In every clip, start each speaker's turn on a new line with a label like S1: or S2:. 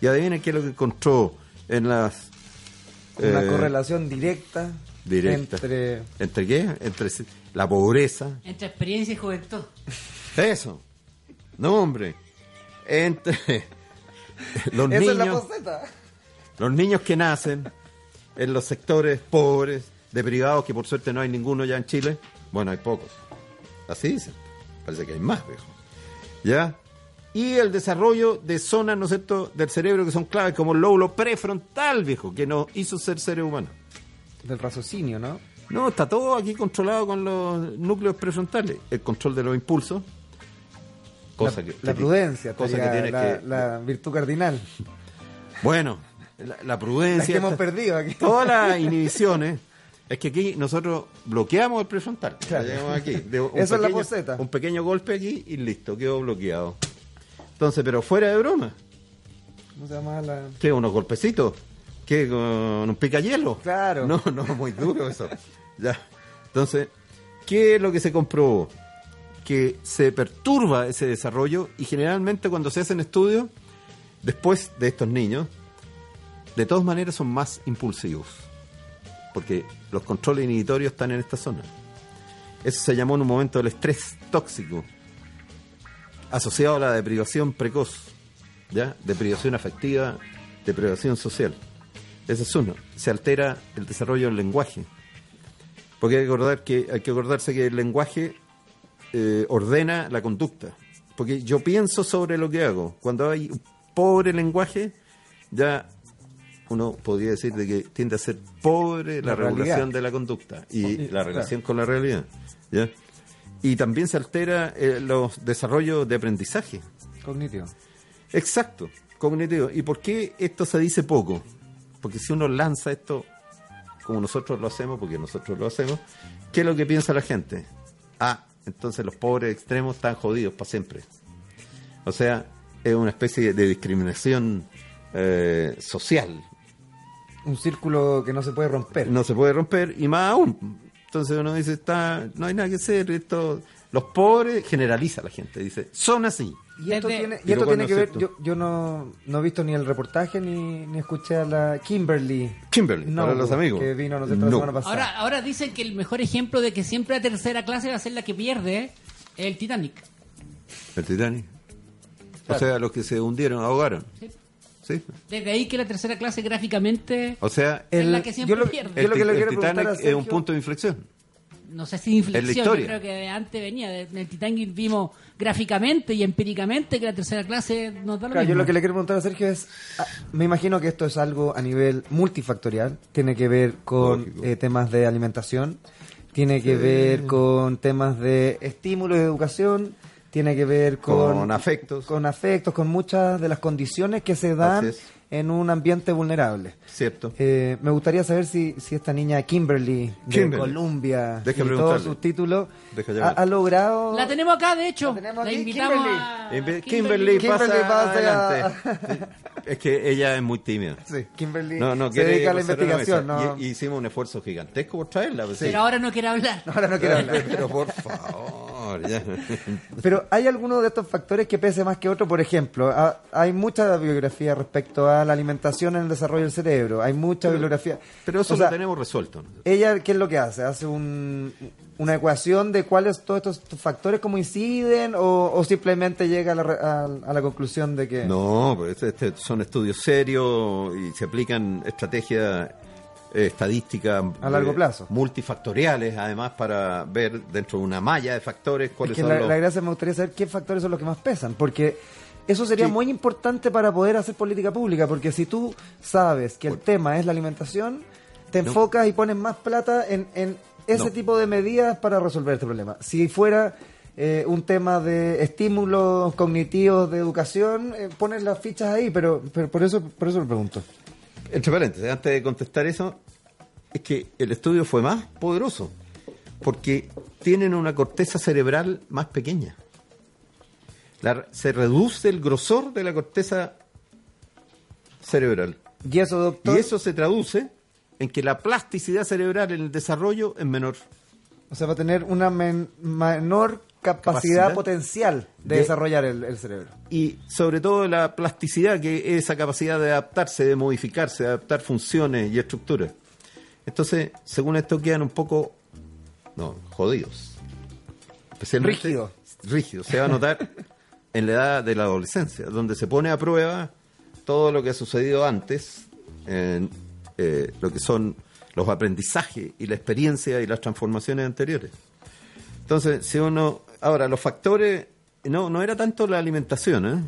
S1: Y adivina qué es lo que encontró en las...
S2: Una
S1: eh,
S2: correlación directa,
S1: directa.
S2: entre
S1: ¿Entre qué? Entre si- la pobreza.
S3: Entre experiencia y juventud.
S1: Eso. No, hombre. Entre los
S2: Esa es la
S1: niños,
S2: poseta.
S1: los niños que nacen en los sectores pobres, de privados, que por suerte no hay ninguno ya en Chile. Bueno, hay pocos. Así dicen. Parece que hay más, viejo. ¿Ya? Y el desarrollo de zonas, ¿no es cierto?, del cerebro que son claves, como el lóbulo prefrontal, viejo, que nos hizo ser seres humanos.
S2: Del raciocinio, ¿no?
S1: No, está todo aquí controlado con los núcleos prefrontales. El control de los impulsos.
S2: la, la prudencia,
S1: cosa que
S2: estaría
S1: tienes
S2: la,
S1: que-
S2: la virtud cardinal.
S1: Bueno, la, la
S2: La que
S1: prudencia.
S2: hemos
S1: esta-
S2: perdido aquí.
S1: Todas las inhibiciones. Es que aquí nosotros bloqueamos el prefrontal.
S2: Claro.
S1: La llamamos aquí. de un
S2: Esa es la
S1: pequeño-
S2: poseta.
S1: Un pequeño golpe aquí y listo, quedó bloqueado. Entonces, pero fuera de broma.
S2: ¿Cómo se llama la...?
S1: ¿Qué? ¿Unos golpecitos? ¿Qué? ¿Con un picayelo?
S2: Claro.
S1: No, no, muy duro eso. ya. Entonces, ¿qué es lo que se comprobó? Que se perturba ese desarrollo y generalmente cuando se hacen estudios, después de estos niños, de todas maneras son más impulsivos. Porque los controles inhibitorios están en esta zona. Eso se llamó en un momento el estrés tóxico, asociado a la deprivación precoz, ¿ya? Deprivación afectiva, deprivación social. Ese es uno. Se altera el desarrollo del lenguaje. Porque hay que, acordar que, hay que acordarse que el lenguaje eh, ordena la conducta. Porque yo pienso sobre lo que hago. Cuando hay un pobre lenguaje, ya uno podría decir de que tiende a ser pobre la,
S2: La realidad.
S1: regulación de la conducta y la
S2: claro.
S1: relación con la realidad. ¿ya? Y también se altera eh, los desarrollos de aprendizaje.
S2: Cognitivo.
S1: Exacto, cognitivo. ¿Y por qué esto se dice poco? Porque si uno lanza esto como nosotros lo hacemos, porque nosotros lo hacemos, ¿qué es lo que piensa la gente? Ah, entonces los pobres extremos están jodidos para siempre. O sea, es una especie de discriminación eh, social.
S2: Un círculo que no se puede romper.
S1: eh, No se puede romper y más aún. Entonces uno dice, está, no hay nada que hacer. Esto, los pobres generaliza la gente, dice, son así.
S2: Y esto
S3: Desde-
S2: tiene, y
S1: Pero
S2: esto tiene
S1: bueno,
S2: que ver, yo,
S1: acepto.
S2: yo no, no he visto ni el reportaje ni, ni escuché a la Kimberly.
S1: Kimberly,
S2: No,
S1: para los amigos.
S2: Que vino nosotros
S1: No.
S2: la semana pasada.
S3: Ahora, ahora dicen que el mejor ejemplo de que siempre la tercera clase va a ser la que pierde es el Titanic.
S1: El Titanic. O sea, los que se hundieron, ahogaron.
S3: ¿sí?
S1: Sí.
S3: Desde ahí que la tercera clase gráficamente
S1: O sea,
S3: es
S1: el,
S3: la que siempre
S2: yo lo-
S3: pierde.
S1: el
S2: lo que le
S1: Tit- el
S2: quiero preguntar
S1: Titanic
S2: a
S1: es un
S2: Sergio-
S1: punto de inflexión.
S3: No sé si
S1: es la
S3: inflexión,
S1: historia.
S3: yo creo que de antes venía. de- En el Titanic vimos gráficamente y empíricamente que la tercera clase nos da lo
S2: Claro, yo
S3: mismo.
S2: lo que le quiero preguntar a Sergio es, ah, me imagino que esto es algo a nivel multifactorial, tiene que ver con
S1: Lógico.
S2: eh, temas de alimentación, tiene que ver con temas de estímulo y educación, tiene que ver con,
S1: Con afectos.
S2: con afectos, con muchas de las condiciones que se dan
S1: Así es.
S2: en un ambiente vulnerable.
S1: Cierto.
S2: Eh, me gustaría saber si, si esta niña Kimberly de
S1: Kimberly.
S2: Colombia
S1: Deja
S2: y todos
S1: preguntarle.
S2: sus títulos
S1: Deja
S2: ha,
S1: llamar.
S2: ha logrado
S3: La tenemos acá, de hecho.
S2: La tenemos
S3: La,
S2: aquí,
S3: invitamos
S2: Kimberly.
S3: a
S1: En vez- Kimberly,
S3: Kimberly.
S2: Kimberly
S1: pasa,
S2: pasa
S1: adelante. es que ella es muy tímida.
S2: Sí, Kimberly
S1: No, no,
S2: se
S1: quiere
S2: dedica a la
S1: pasar mesa.
S2: investigación. ¿no?
S1: Y- hicimos un esfuerzo gigantesco por traerla. pues, sí.
S3: Pero ahora no quiere hablar.
S2: Ahora no quiero hablar.
S1: Pero por favor. ya.
S2: Pero hay alguno de estos factores que pese más que otro, por ejemplo, ha- hay mucha bibliografía respecto a la alimentación en el desarrollo del cerebro, hay mucha bibliografía.
S1: Pero eso
S2: O sea,
S1: lo tenemos resuelto.
S2: Ella, ¿qué es lo que hace? ¿Hace un- una ecuación de cuáles todos estos factores, cómo inciden, o, o simplemente llega a la, re- a- a la conclusión de que...
S1: No, pero este- este son estudios serios y se aplican estrategias eh, estadísticas
S2: A largo
S1: eh,
S2: plazo.
S1: multifactoriales, además para ver dentro de una malla de factores
S2: Es
S1: cuáles
S2: que
S1: son
S2: la,
S1: los
S2: la gracia me gustaría saber qué factores son los que más pesan, porque eso sería
S1: Sí.
S2: muy importante para poder hacer política pública, porque si tú sabes que el tema es la alimentación, te
S1: No.
S2: enfocas y pones más plata en, en ese
S1: No.
S2: tipo de medidas para resolver este problema. Si fuera eh, un tema de estímulos cognitivos de educación, eh, pones las fichas ahí, pero, pero por eso por eso lo pregunto.
S1: Entre paréntesis, antes de contestar eso, es que el estudio fue más poderoso, porque tienen una corteza cerebral más pequeña. La- se reduce el grosor de la corteza cerebral.
S2: Y eso, doctor,
S1: Y eso se traduce en que la plasticidad cerebral en el desarrollo es menor.
S2: o sea, va a tener una men- menor capacidad,
S1: Capacidad
S2: potencial de,
S1: de-
S2: desarrollar el, el cerebro.
S1: Y sobre todo la plasticidad, que es esa capacidad de adaptarse, de modificarse, de adaptar funciones y estructuras. Entonces, según esto, quedan un poco, no, jodidos. Especialmente-
S2: Rígidos.
S1: Rígidos. Se va a notar en la edad de la adolescencia, donde se pone a prueba todo lo que ha sucedido antes, en eh, lo que son los aprendizajes y la experiencia y las transformaciones anteriores. Entonces, si uno. Ahora, los factores. No, no era tanto la alimentación, ¿eh?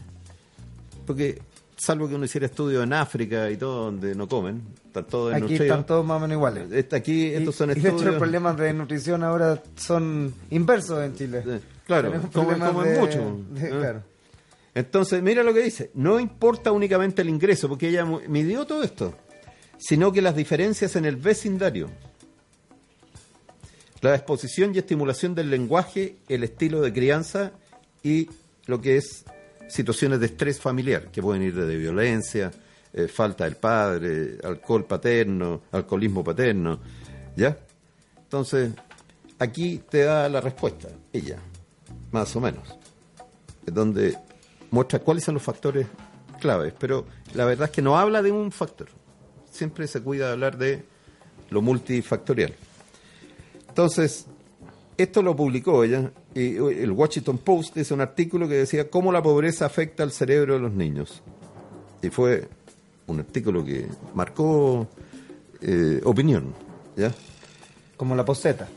S1: Porque, salvo que uno hiciera estudios en África y todo, donde no comen, están todos en
S2: Aquí están todos más o menos iguales.
S1: Aquí,
S2: Y-
S1: estos son
S2: y de
S1: estudios.
S2: hecho, los problemas de nutrición ahora son inversos en Chile.
S1: Eh, claro,
S2: Tenemos
S1: comen-
S2: problemas
S1: comen
S2: de-
S1: mucho,
S2: de-
S1: ¿eh?
S2: Claro.
S1: Entonces, mira lo que dice. No importa únicamente el ingreso, porque ella mu- midió todo esto, sino que las diferencias en el vecindario. La exposición y estimulación del lenguaje, el estilo de crianza y lo que es situaciones de estrés familiar, que pueden ir desde violencia, eh, falta del padre, alcohol paterno, alcoholismo paterno. ¿Ya? Entonces, aquí te da la respuesta, ella, más o menos eh, donde muestra cuáles son los factores claves, pero la verdad es que no habla de un factor. Siempre se cuida de hablar de lo multifactorial. Entonces, esto lo publicó ella y el Washington Post hizo un artículo que decía cómo la pobreza afecta al cerebro de los niños. Y fue un artículo que marcó eh, opinión, ¿ya?
S2: Como la poseta.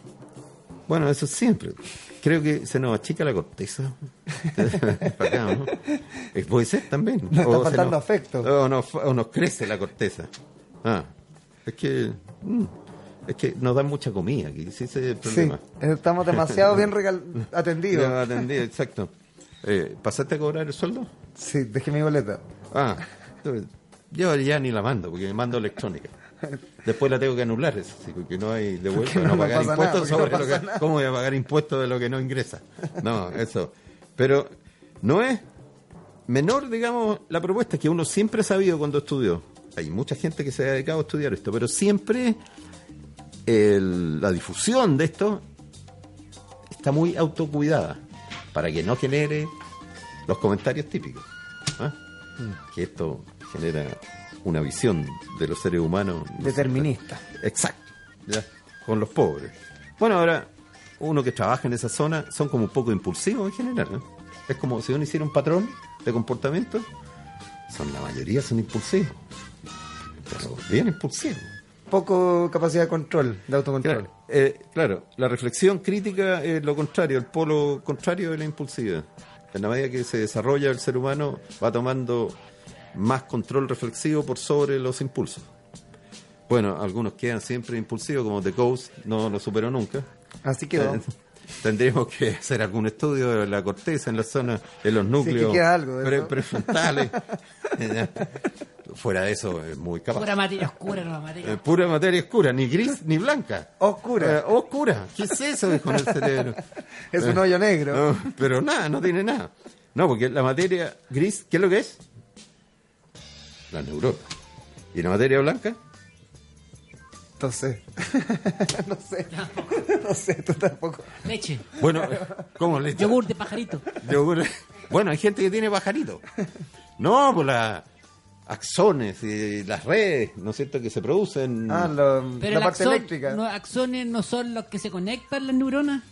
S1: Bueno, eso siempre. Creo que se nos achica la corteza. Acá, ¿no? Eh, Puede ser también.
S2: Nos está
S1: se
S2: faltando afecto.
S1: O nos, fa- o nos crece la corteza. Ah, es que. mm, es que nos dan mucha comida aquí. Sí, ese es el
S2: Sí,
S1: problema.
S2: estamos demasiado bien regal-
S1: Bien
S2: atendidos.
S1: atendido, exacto. Eh, ¿Pasaste a cobrar el sueldo?
S2: Sí, dejé mi boleta.
S1: Ah, entonces, yo ya ni la mando, porque mando electrónica. Después la tengo que anular, eso sí, porque no hay devuelto,
S2: Porque
S1: no,
S2: no
S1: pagar
S2: pasa nada,
S1: impuestos
S2: porque no
S1: sobre lo
S2: pasa
S1: que-
S2: nada.
S1: ¿Cómo voy a pagar impuestos de lo que no ingresa? No, eso. Pero no es menor, digamos, la propuesta que uno siempre ha sabido cuando estudió. Hay mucha gente que se ha dedicado a estudiar esto, pero siempre el- la difusión de esto está muy autocuidada para que no genere los comentarios típicos. ¿ah? Que esto genera una visión de los seres humanos.
S2: Determinista.
S1: Exacto. ¿ya? Con los pobres. Bueno, ahora, uno que trabaja en esa zona son como un poco impulsivos en general. ¿no? Es como si uno hiciera un patrón de comportamiento, son la mayoría son impulsivos. Pero bien impulsivos.
S2: Poco capacidad de control, de autocontrol.
S1: Claro, eh, claro, la reflexión crítica es lo contrario, el polo contrario de la impulsividad. En la medida que se desarrolla el ser humano, va tomando más control reflexivo por sobre los impulsos. Bueno, algunos quedan siempre impulsivos, como The Ghost no lo superó nunca.
S2: Así quedó.
S1: Eh, Tendríamos que hacer algún estudio de la corteza en la zona, en los
S2: que
S1: núcleos
S2: queda algo de
S1: pre-
S2: eso.
S1: prefrontales. Fuera de eso, es muy capaz.
S3: Pura materia oscura, no materia.
S1: Eh, pura materia oscura, ni gris ni blanca.
S2: Oscura.
S1: Eh, oscura. ¿Qué es eso de con el cerebro?
S2: Es un hoyo negro.
S1: Eh. No, pero nada, no tiene nada. No, porque la materia gris, ¿qué es lo que es? La neurona. ¿Y la materia blanca?
S2: Entonces, no sé. no sé, tú tampoco.
S3: Leche,
S1: Bueno, ¿cómo le
S3: yogur de pajarito.
S1: Yogur. Bueno, hay gente que tiene pajarito. No, por las axones y las redes, ¿no es cierto?, que se producen.
S2: Ah, lo-
S3: Pero
S2: la
S3: el
S2: parte
S3: axón-
S2: eléctrica.
S3: los axones no son los que se conectan las neuronas.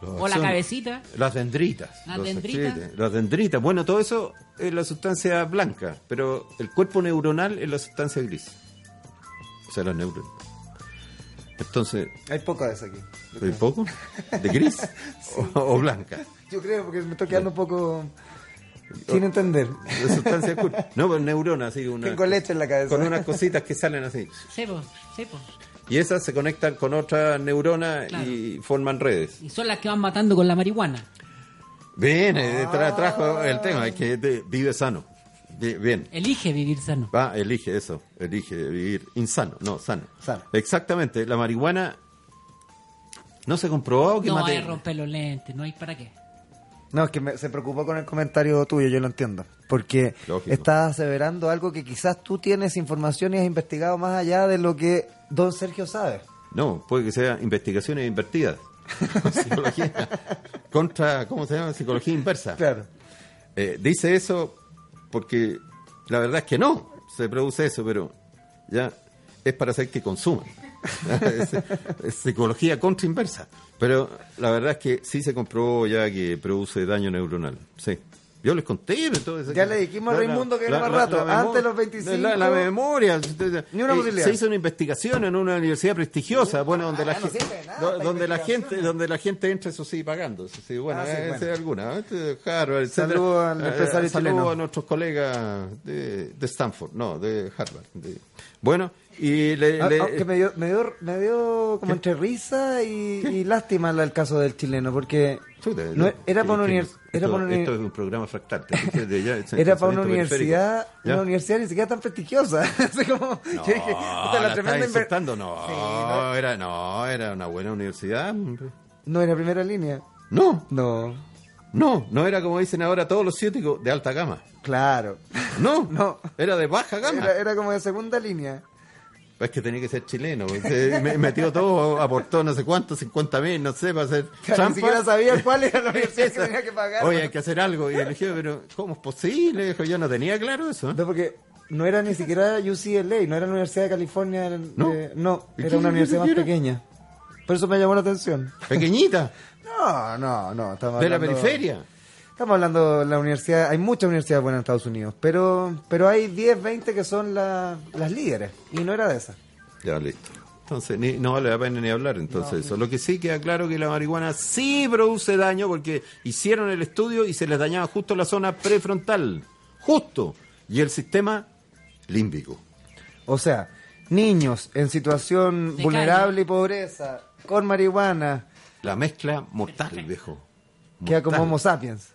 S1: Los
S3: o la
S1: axones.
S3: cabecita.
S1: Las dendritas.
S3: Las
S1: Los
S3: dendritas.
S1: axones, Las dendritas. Bueno, todo eso es la sustancia blanca, pero el cuerpo neuronal es la sustancia gris. O sea, los neuronas. Entonces,
S2: Hay poco de eso aquí.
S1: ¿hay poco? ¿De gris o, o blanca?
S2: Yo creo, porque me estoy quedando un poco sin entender.
S1: La sustancia cur- No, pero pues neurona, así. Una,
S2: Tengo leche en la cabeza.
S1: Con unas cositas que salen así.
S3: Cepo, cepo.
S1: Y esas se conectan con otras neuronas
S3: Claro.
S1: y forman redes.
S3: Y son las que van matando con la marihuana.
S1: Bien, eh, tra- trajo el tema, es que te- vive sano. Vi- Bien.
S3: Elige vivir sano.
S1: Va, elige eso, elige vivir insano, no, sano.
S2: Sano.
S1: Exactamente, la marihuana no se ha comprobado que
S3: No
S1: mate-
S3: hay romper los lentes, no hay para qué.
S2: No, es que me- se preocupó con el comentario tuyo, yo lo entiendo. Porque
S1: Lógico.
S2: estás aseverando algo que quizás tú tienes información y has investigado más allá de lo que don Sergio sabe.
S1: No, puede que sea investigaciones invertidas. psicología contra, ¿cómo se llama? Psicología inversa.
S2: Claro.
S1: Eh, dice eso porque la verdad es que no se produce eso, pero ya es para hacer que consuman. es, es psicología contra inversa. Pero la verdad es que sí se comprobó ya que produce daño neuronal. Sí. Yo les conté pero todo eso.
S2: Ya le dijimos a Raimundo que era más rato, antes de los 25.
S1: La, la memoria.
S2: Ni una
S1: Eh,
S2: posibilidad.
S1: Se hizo una investigación en una universidad prestigiosa, bueno, donde,
S2: Ah,
S1: la,
S2: ya no
S1: gente,
S2: sirve de nada
S1: do-
S2: esta
S1: donde la
S2: investigación.
S1: gente donde la gente entra, eso sí, pagando. Eso sí, bueno,
S2: Ah, sí,
S1: esa
S2: bueno.
S1: es alguna. Este, Harvard, etcétera.
S2: Saludos al empresario
S1: saludos
S2: chileno.
S1: Eh, a nuestros colegas de, de Stanford, no, de Harvard. de- bueno, y le...
S2: Ah,
S1: le-
S2: ah, que me dio, me dio, me dio como entre risa y, y lástima el, el caso del chileno, porque
S1: Chuta,
S2: no e- era
S1: que-
S2: para una,
S1: que-
S2: univers- era
S1: esto,
S2: para una uni-
S1: esto es un programa fractante. este de ya, es
S2: era para
S1: pensamiento
S2: una universidad,
S1: periférico. Ya.
S2: una universidad ni siquiera tan prestigiosa. Así como,
S1: No,
S2: yo dije, puta,
S1: la,
S2: la tremenda
S1: estás
S2: inver-
S1: insultando, no,
S2: Sí, no.
S1: Era, no, era una buena universidad. hombre.
S2: No era primera línea.
S1: No,
S2: No,
S1: no, no era como dicen ahora todos los científicos de alta gama.
S2: claro.
S1: No,
S2: No.
S1: era de baja gama.
S2: Era, era como de segunda línea.
S1: Pues Es que tenía que ser chileno. pues, eh, me- metió todo, aportó no sé cuánto, 50 mil, no sé, para hacer
S2: Claro,
S1: trampa.
S2: ni siquiera sabía cuál era la universidad que
S1: Esa.
S2: tenía que pagar.
S1: Oye, hay que hacer algo. Y le dije, pero ¿cómo es posible? Dijo, yo no tenía claro eso. ¿eh?
S2: No, porque no era ni siquiera UCLA, no era la Universidad de California. era-
S1: No.
S2: eh, no,
S1: ¿Y
S2: era
S1: qué-
S2: una universidad más
S1: qué era?
S2: pequeña. Por eso me llamó la atención.
S1: Pequeñita,
S2: No, no, no. Estamos
S1: de la
S2: hablando-
S1: periferia.
S2: Estamos hablando de la universidad. Hay muchas universidades buenas en Estados Unidos, pero pero hay 10, 20 que son la- las líderes. Y no era de esas.
S1: Ya, listo. Entonces, ni- no vale la pena ni hablar entonces eso. Lo que sí queda claro que la marihuana sí produce daño porque hicieron el estudio y se les dañaba justo la zona prefrontal. Justo. Y el sistema límbico.
S2: O sea, niños en situación
S3: De
S2: vulnerable
S3: calle.
S2: y pobreza, con marihuana,
S1: La mezcla mortal, viejo.
S2: queda como
S1: Mortal.
S2: Homo sapiens.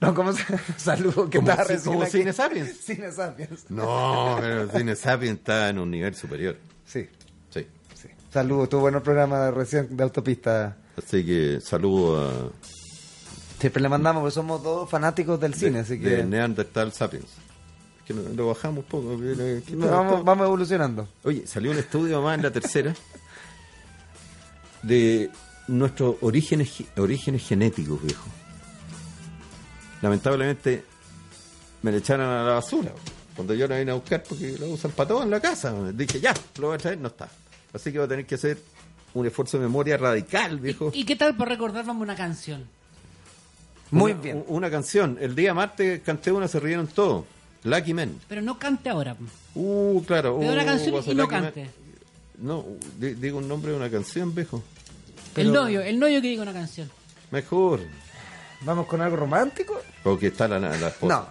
S2: No, como saludo que
S1: Como
S2: estaba
S1: si-
S2: recién
S1: como
S2: aquí.
S1: Cine Sapiens.
S2: Cine sapiens.
S1: No, pero Cine Sapiens está en un nivel superior.
S2: Sí.
S1: Sí.
S2: Sí. Saludos, tuvo bueno el programa recién de autopista.
S1: Así que saludo a
S2: Siempre le mandamos, porque somos dos fanáticos del cine,
S1: de,
S2: así que
S1: de Neanderthal Sapiens. Es que lo, lo bajamos un poco. que lo- que no,
S2: vamos,
S1: esto-
S2: vamos evolucionando.
S1: Oye, salió un estudio más en la tercera de nuestros orígenes, ge- orígenes genéticos, viejo. Lamentablemente me le echaron a la basura cuando yo la vine a buscar porque lo usan para todo en la casa. Dije, ya, lo voy a traer, no está. Así que voy a tener que hacer un esfuerzo de memoria radical, viejo.
S3: ¿Y qué tal por recordar vamos una canción?
S2: Muy
S1: Una-
S2: bien.
S1: u- Una canción. El día martes canté una, se rieron todos. Lucky Men.
S3: Pero no cante ahora.
S1: Uh, claro.
S3: Pero
S1: uh,
S3: una canción
S1: guaso,
S3: y no
S1: Lucky Men.
S3: cante.
S1: No, uh, di- digo un nombre de una canción, viejo.
S3: El novio, el novio que diga una canción.
S1: Mejor.
S2: Vamos con algo romántico.
S1: Porque está la, la
S2: No,
S1: esposa.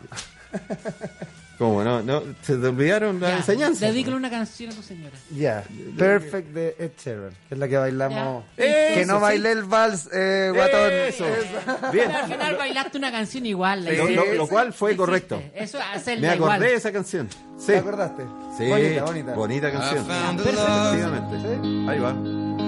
S1: ¿Cómo? No, no, se te olvidaron la
S3: Ya,
S1: enseñanza.
S3: Dedícale una canción a tu señora.
S2: ya. Perfect de Ed Sheeran, que es la que bailamos.
S1: Ya.
S2: Que
S1: Eso,
S2: no
S1: sí.
S2: bailé el vals, eh, guatón.
S1: Eso.
S2: Esa.
S1: Bien.
S3: Pero al final bailaste una canción igual. la
S1: Lo,
S3: hiciste.
S1: lo- lo cual fue
S3: Hiciste.
S1: correcto.
S3: Eso
S1: Me
S3: hacerla
S1: acordé
S3: igual.
S1: de esa canción. Sí.
S2: ¿Te acordaste?
S1: Sí.
S2: Bonita, bonita.
S1: canción.
S3: Ah,
S4: found a love
S1: Efectivamente. Ahí va.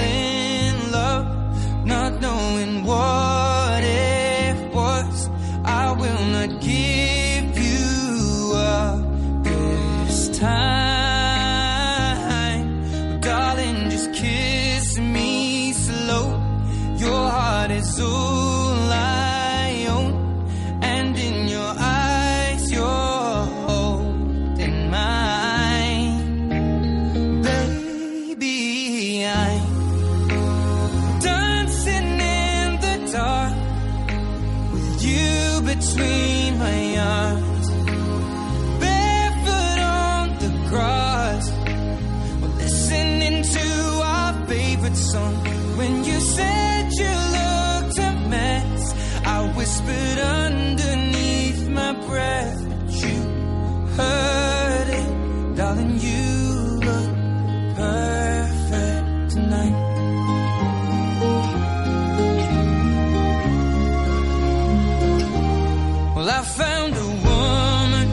S4: in love, not knowing what it was. I will not give you up this time. Darling, just kiss me slow. Your heart is all I own, and in your eyes, you're holding mine. Baby, I'm song. When you said you looked a mess, I whispered underneath my breath, but you heard it, darling. You look perfect tonight. Well, I found a woman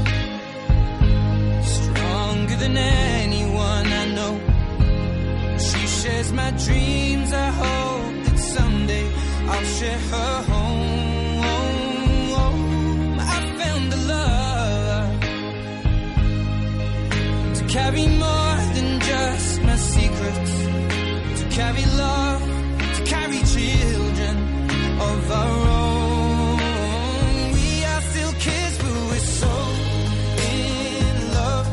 S4: stronger than anyone I know. She shares my dreams. I hope that someday I'll share her home. I found a love to carry more than just my secrets, to carry love, to carry children of our own. We are still kids, but we're so in love,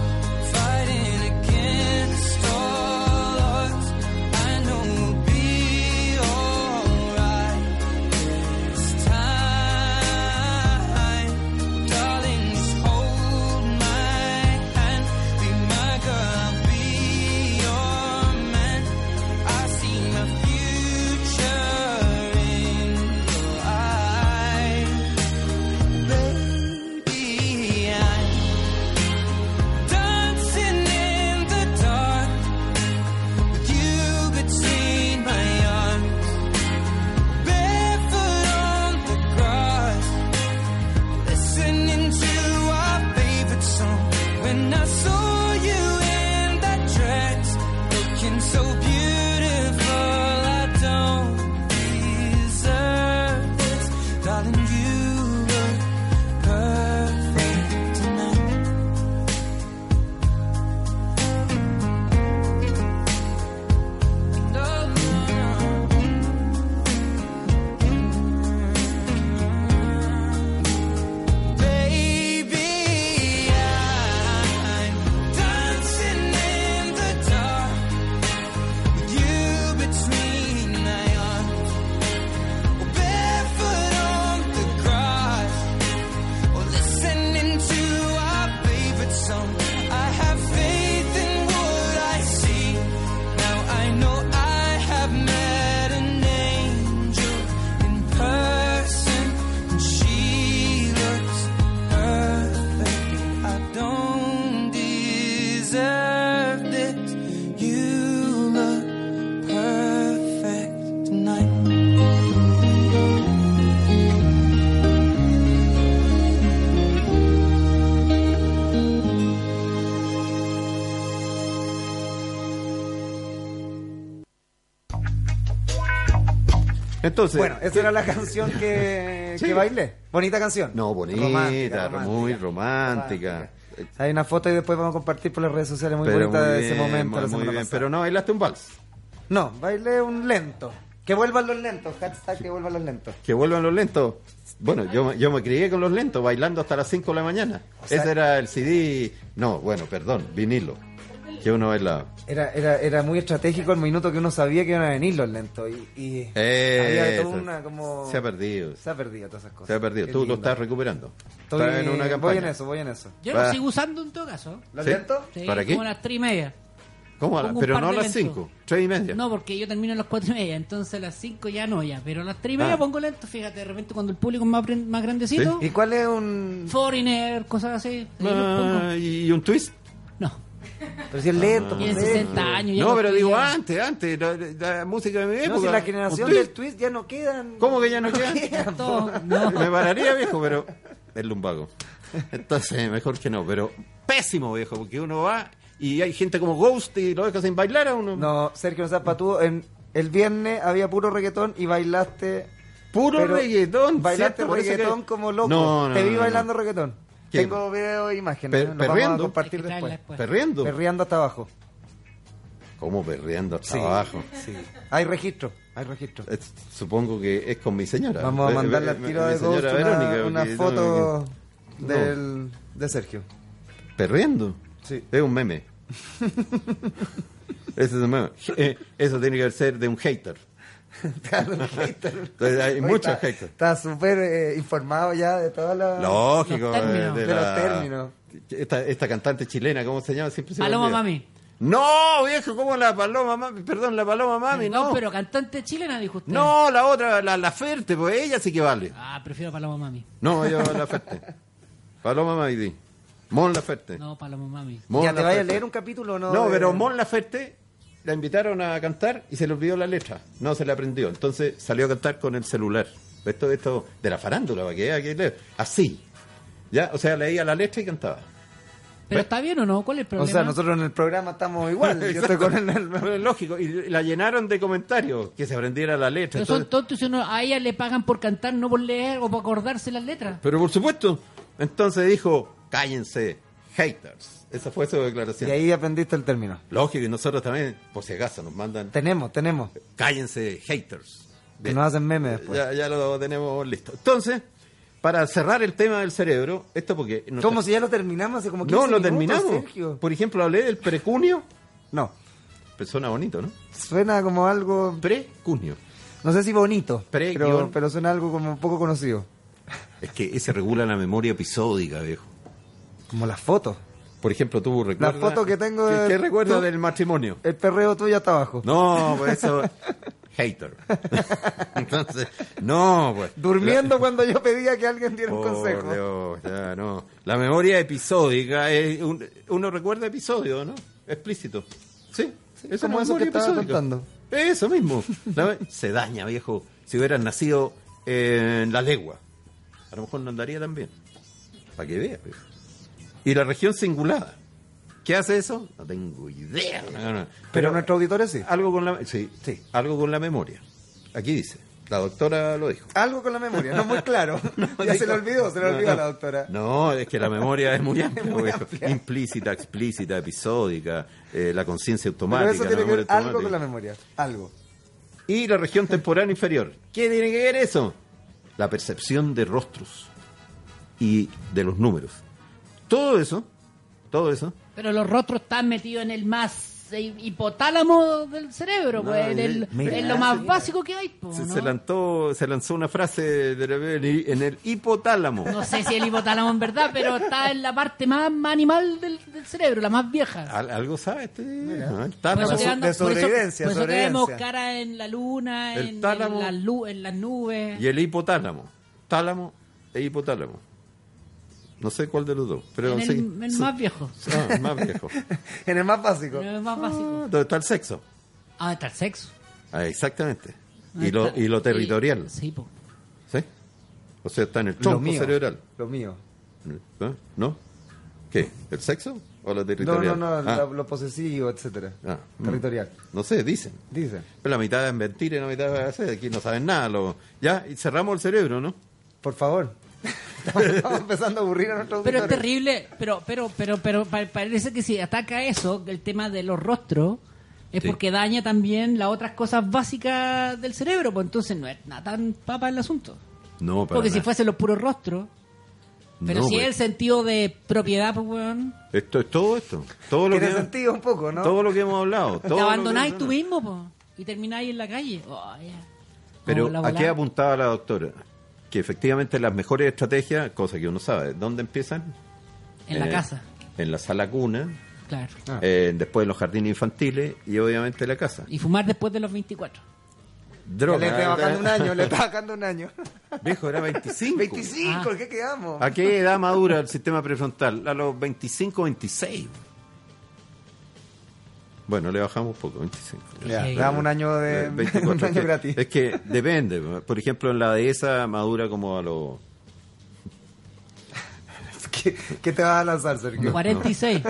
S4: fighting against all odds. I know we'll be alright this time. Darling, just hold my hand. Be my girl, I'll be your man. I see my future in your eyes. Baby, I'm dancing in the dark. With you between my arms. Barefoot on the grass, listening to our favorite song. When I saw you in that dress, looking so beautiful, I don't deserve this, darling. You look perfect tonight. No, no, no. Baby, I'm dancing in the dark with you between my arms, barefoot on the grass, or listening to our favorite song. I have faith in what I see. Now I know I have met an angel in person, and she looks perfect. I don't deserve this. You look perfect tonight.
S1: Entonces,
S2: Bueno, esa era la canción que, que bailé. Bonita canción.
S1: no, bonita, muy romántica.
S2: Hay una foto y después vamos a compartir por las redes sociales muy
S1: Pero
S2: bonita
S1: muy
S2: de ese
S1: bien,
S2: momento. la
S1: muy
S2: semana
S1: bien,
S2: pasada.
S1: Pero no, bailaste un vals.
S2: No, bailé un lento. Que vuelvan los lentos, hashtag que vuelvan los lentos.
S1: Que vuelvan los lentos. Bueno, yo, me- yo me crié con los lentos, bailando hasta las 5 de la mañana.
S2: sea-
S1: Ese era el CD. No, bueno, perdón, vinilo. Que uno bailaba.
S2: Era, era, era muy estratégico el minuto que uno sabía que iban a venir los lentos. Y, y había
S1: Eh,
S2: toda una como...
S1: Se ha perdido.
S2: Se ha perdido todas esas cosas.
S1: Se ha perdido.
S2: Qué
S1: Tú lo
S2: lindo.
S1: estás recuperando.
S2: Estoy-
S1: estás en una campaña.
S2: Voy en eso, voy en eso.
S3: Yo lo
S1: Va.
S3: sigo usando en todo caso.
S2: ¿Los
S1: ¿Sí?
S2: lentos?
S3: Sí,
S1: ¿Para qué?
S3: Como a las 3 y media.
S1: ¿Cómo a la-
S3: Pongo un
S1: Pero
S3: par
S1: no a
S3: de
S1: las
S3: lentos.
S1: 5, 3 y media.
S3: No, porque yo termino a las 4 y media, entonces a las 5 ya no, ya. Pero a las 3 y media
S1: Ah.
S3: pongo lento, fíjate, de repente cuando el público es más, pre- más grandecito,
S2: ¿Y cuál es un...?
S3: Foreigner, cosas así. ahí los pongo.
S1: Ah, y un twist.
S3: No,
S2: Pero si
S1: Ah,
S2: es lento, pues,
S3: tiene
S2: lento.
S3: 60 años. ya
S1: No, pero
S3: estoy
S1: digo ah.
S3: ya-
S1: antes, antes, la, la música de mi época.
S2: No, si la
S1: pues, ah, un
S2: generación
S1: twist.
S2: del twist ya no quedan.
S1: ¿Cómo que ya no queda?
S3: Todo, no.
S1: Me pararía, viejo, pero el lumbago. Entonces, mejor que no, pero pésimo, viejo, porque uno va y hay gente como Ghost y lo deja sin bailar a uno.
S2: No, Sergio, no seas patudo. En, el viernes había puro reggaetón y bailaste.
S1: Puro
S2: pero
S1: reggaetón.
S2: Bailaste
S1: ¿cierto? Por eso que-
S2: reggaetón como loco.
S1: No, no,
S2: Te vi
S1: no, no.
S2: bailando reggaetón.
S1: ¿Qué?
S2: Tengo video e imágenes.
S1: Per-
S2: ¿eh? Los vamos a
S1: perreando.
S3: Hay
S2: compartir
S3: que traerla
S2: después.
S3: después.
S1: Perreando.
S2: Perreando hasta abajo.
S1: ¿Cómo perreando hasta abajo?
S2: Sí. Hay registro, hay registro.
S1: Es- supongo que es con mi señora.
S2: Vamos a
S1: Eh, Ve-
S2: mandarle
S1: ve-
S2: al tiro
S1: mi
S2: de Ghost
S1: señora
S2: una,
S1: Verónica,
S2: una
S1: porque
S2: foto
S1: no, que-
S2: del, de Sergio.
S1: que- Perreando.
S2: Sí.
S1: Es un meme. Ese es un meme. Eh, Eso tiene que ser de un hater.
S2: Claro, un hater.
S1: Entonces, hay
S2: Oye,
S1: muchos
S2: está-
S1: haters.
S2: Está súper eh, informado ya de todas las.
S1: Lógico.
S3: Los términos.
S1: eh,
S2: De los términos.
S1: Esta, esta cantante chilena, ¿cómo se llama? Siempre se me
S3: Paloma
S1: olvida.
S3: Mami.
S1: No, viejo, ¿cómo la paloma mami? Perdón, la paloma mami, no.
S3: No, pero cantante chilena, dijo usted.
S1: No, la otra, la, la Ferte, pues ella sí que vale.
S3: Ah, prefiero a Paloma Mami.
S1: No, yo la Ferte. Paloma mami, di. Mon la Ferte.
S3: No, Paloma Mami.
S1: Mon
S2: ya te vaya a
S1: Laferte.
S2: leer un capítulo, o ¿no? Eh,
S1: No,
S2: de-
S1: pero Mon Laferte la invitaron a cantar y se le olvidó la letra. No se la aprendió. Entonces salió a cantar con el celular. Esto, esto de la farándula, ¿para qué? Hay que leer. Así. ¿Ya? O sea, leía la letra y cantaba.
S3: ¿Pero está bien o no? ¿Cuál es el
S2: O
S3: problema?
S2: sea, nosotros en el programa estamos igual. Yo estoy con el- el-
S1: Bueno, es lógico. Y la llenaron de comentarios, que se aprendiera la letra.
S3: Pero son
S1: Entonces-
S3: tontos y uno- a ella le pagan por cantar, no por leer o por acordarse las letras.
S1: Pero por supuesto. Entonces dijo, cállense, haters. Esa fue su
S2: Y
S1: declaración.
S2: ahí aprendiste el término.
S1: Lógico, y nosotros también, por si acaso, nos mandan,
S2: Tenemos, tenemos.
S1: cállense, haters.
S2: Que
S1: Bien.
S2: nos hacen memes después.
S1: Ya, ya lo tenemos listo. Entonces, para cerrar el tema del cerebro, esto porque... nuestra-
S2: ¿Cómo si ya lo terminamos hace como 15
S1: No, lo
S2: minutos,
S1: terminamos.
S2: Sergio?
S1: Por ejemplo, hablé del precunio.
S2: No,
S1: Pues suena bonito, ¿no?
S2: suena como algo,
S1: Precunio.
S2: no sé si bonito,
S1: Pre-
S2: pero,
S1: guión.
S2: pero suena algo como poco conocido.
S1: Es que se regula la memoria episódica, viejo.
S2: Como las fotos.
S1: Por ejemplo, tú recuerdas...
S2: foto que tengo
S1: ¿Qué,
S2: de-
S1: qué recuerdas
S2: tú-
S1: del matrimonio?
S2: El perreo tuyo está abajo.
S1: No, pues eso... Hater. Entonces, no, pues...
S2: Durmiendo cuando yo pedía que alguien diera un
S1: Por
S2: consejo.
S1: Dios, ya, no. La memoria episódica es un- uno recuerda episodios, ¿no? Explícito. Sí, sí, es
S2: como
S1: una
S2: eso
S1: memoria
S2: que estaba
S1: episódica.
S2: contando.
S1: Eso mismo. La ve- se daña, viejo. Si hubieras nacido en la legua, a lo mejor no andaría tan bien. Para que veas, viejo. Y la región cingulada. ¿Qué hace eso? No tengo idea. No, no.
S2: Pero nuestros auditores sí.
S1: algo con la sí, sí, algo con la memoria. Aquí dice. La doctora lo dijo.
S2: Algo con la memoria, no muy claro. ya se le olvidó, se le
S1: No,
S2: olvidó a
S1: no.
S2: la doctora.
S1: No, es que la memoria es muy amplia.
S2: muy
S1: viejo.
S2: amplia.
S1: Implícita, explícita, episódica, eh, la conciencia automática.
S2: pero eso tiene
S1: la
S2: que ver
S1: memoria
S2: algo
S1: automática.
S2: con la memoria, algo.
S1: Y la región temporal inferior. ¿Qué tiene que ver eso? La percepción de rostros y de los números. Todo eso, todo eso.
S3: Pero los rostros están metidos en el más eh, hipotálamo del cerebro,
S1: No,
S3: pues, en,
S1: eh,
S3: el-
S1: mira,
S3: en lo más
S1: sí.
S3: básico que hay. po,
S1: Se,
S3: ¿no?
S1: se lanzó, se lanzó una frase de- en el hipotálamo.
S3: No sé si el hipotálamo en verdad, pero está en la parte más, más animal del, del cerebro, la más vieja.
S1: Al- algo sabe este. ¿no? El
S3: Por
S1: tálamo.
S3: eso,
S2: de
S3: quedan- por eso-
S2: sobrevivencia,
S3: por eso
S2: sobrevivencia.
S3: tenemos cara en la luna,
S1: El
S3: en, en
S1: tálamo.
S3: las lu- en las nubes.
S1: Y el hipotálamo. Tálamo e hipotálamo. No sé cuál de los dos. Pero
S3: en el,
S1: sí.
S3: el más viejo.
S1: Ah, más viejo.
S2: En el más básico.
S3: En el más
S1: Ah,
S3: básico.
S1: ¿Dónde está el sexo?
S3: Ah, está el sexo.
S1: Ah, exactamente.
S3: Ahí
S1: Y lo,
S3: está.
S1: y lo territorial.
S3: Y- sí, po.
S1: ¿Sí? O sea, está en el
S2: Lo
S1: tronco
S2: mío.
S1: cerebral.
S2: Lo mío.
S1: ¿Eh? ¿No? ¿Qué? ¿El sexo o lo
S2: No, no,
S1: territorial?
S2: no,
S1: Ah,
S2: lo, lo posesivo, etcétera.
S1: ah, mm.
S2: Territorial.
S1: No sé, dicen.
S2: Dice.
S1: Pero la mitad es mentira y la mitad es hacer. Aquí no saben nada. lo- Ya, y cerramos el cerebro, ¿no?
S2: Por favor. Estamos, estamos empezando a aburrir a nuestros
S3: Pero es
S2: auditores.
S3: terrible, pero pero pero pero pa- parece que si ataca eso, el tema de los rostros, es
S1: Sí.
S3: porque daña también las otras cosas básicas del cerebro, pues entonces no es nada tan papa el asunto.
S1: No, para
S3: porque si
S1: nada.
S3: fuese los puros rostros, pero
S1: No,
S3: si es
S1: pues.
S3: el sentido de propiedad, pues weón,
S1: Esto es todo esto. Todo lo
S2: Tiene
S1: que-
S2: sentido un poco, ¿no?
S1: Todo lo que hemos hablado.
S3: te
S1: todo lo que
S3: abandonáis
S1: hemos
S3: tú
S1: hablado.
S3: mismo, pues, y termináis en la calle. Oh, ya.
S1: Pero
S3: Como la
S1: ¿a qué
S3: volada.
S1: apuntaba la doctora? Que efectivamente las mejores estrategias, cosa que uno sabe, ¿dónde empiezan?
S3: En la
S1: Eh,
S3: casa,
S1: En la sala cuna,
S3: claro.
S2: Ah.
S1: eh, después en los jardines infantiles y obviamente en la casa.
S3: Y fumar después de los 24.
S1: Droga.
S2: le está bajando un año, le está bajando un año.
S1: Viejo, era 25.
S2: 25,
S3: Ah.
S2: ¿qué quedamos?
S1: ¿A qué edad madura el sistema prefrontal? A los 25, 26. Bueno, le bajamos un poco, 25.
S2: Ya,
S3: Eh,
S2: le damos un año
S1: Eh,
S2: de
S1: 24,
S2: un
S1: es
S2: año
S1: que-
S2: gratis.
S1: Es que depende. Por ejemplo, en la dehesa madura como a los
S2: ¿Qué, qué te vas a lanzar, Sergio?
S3: 46.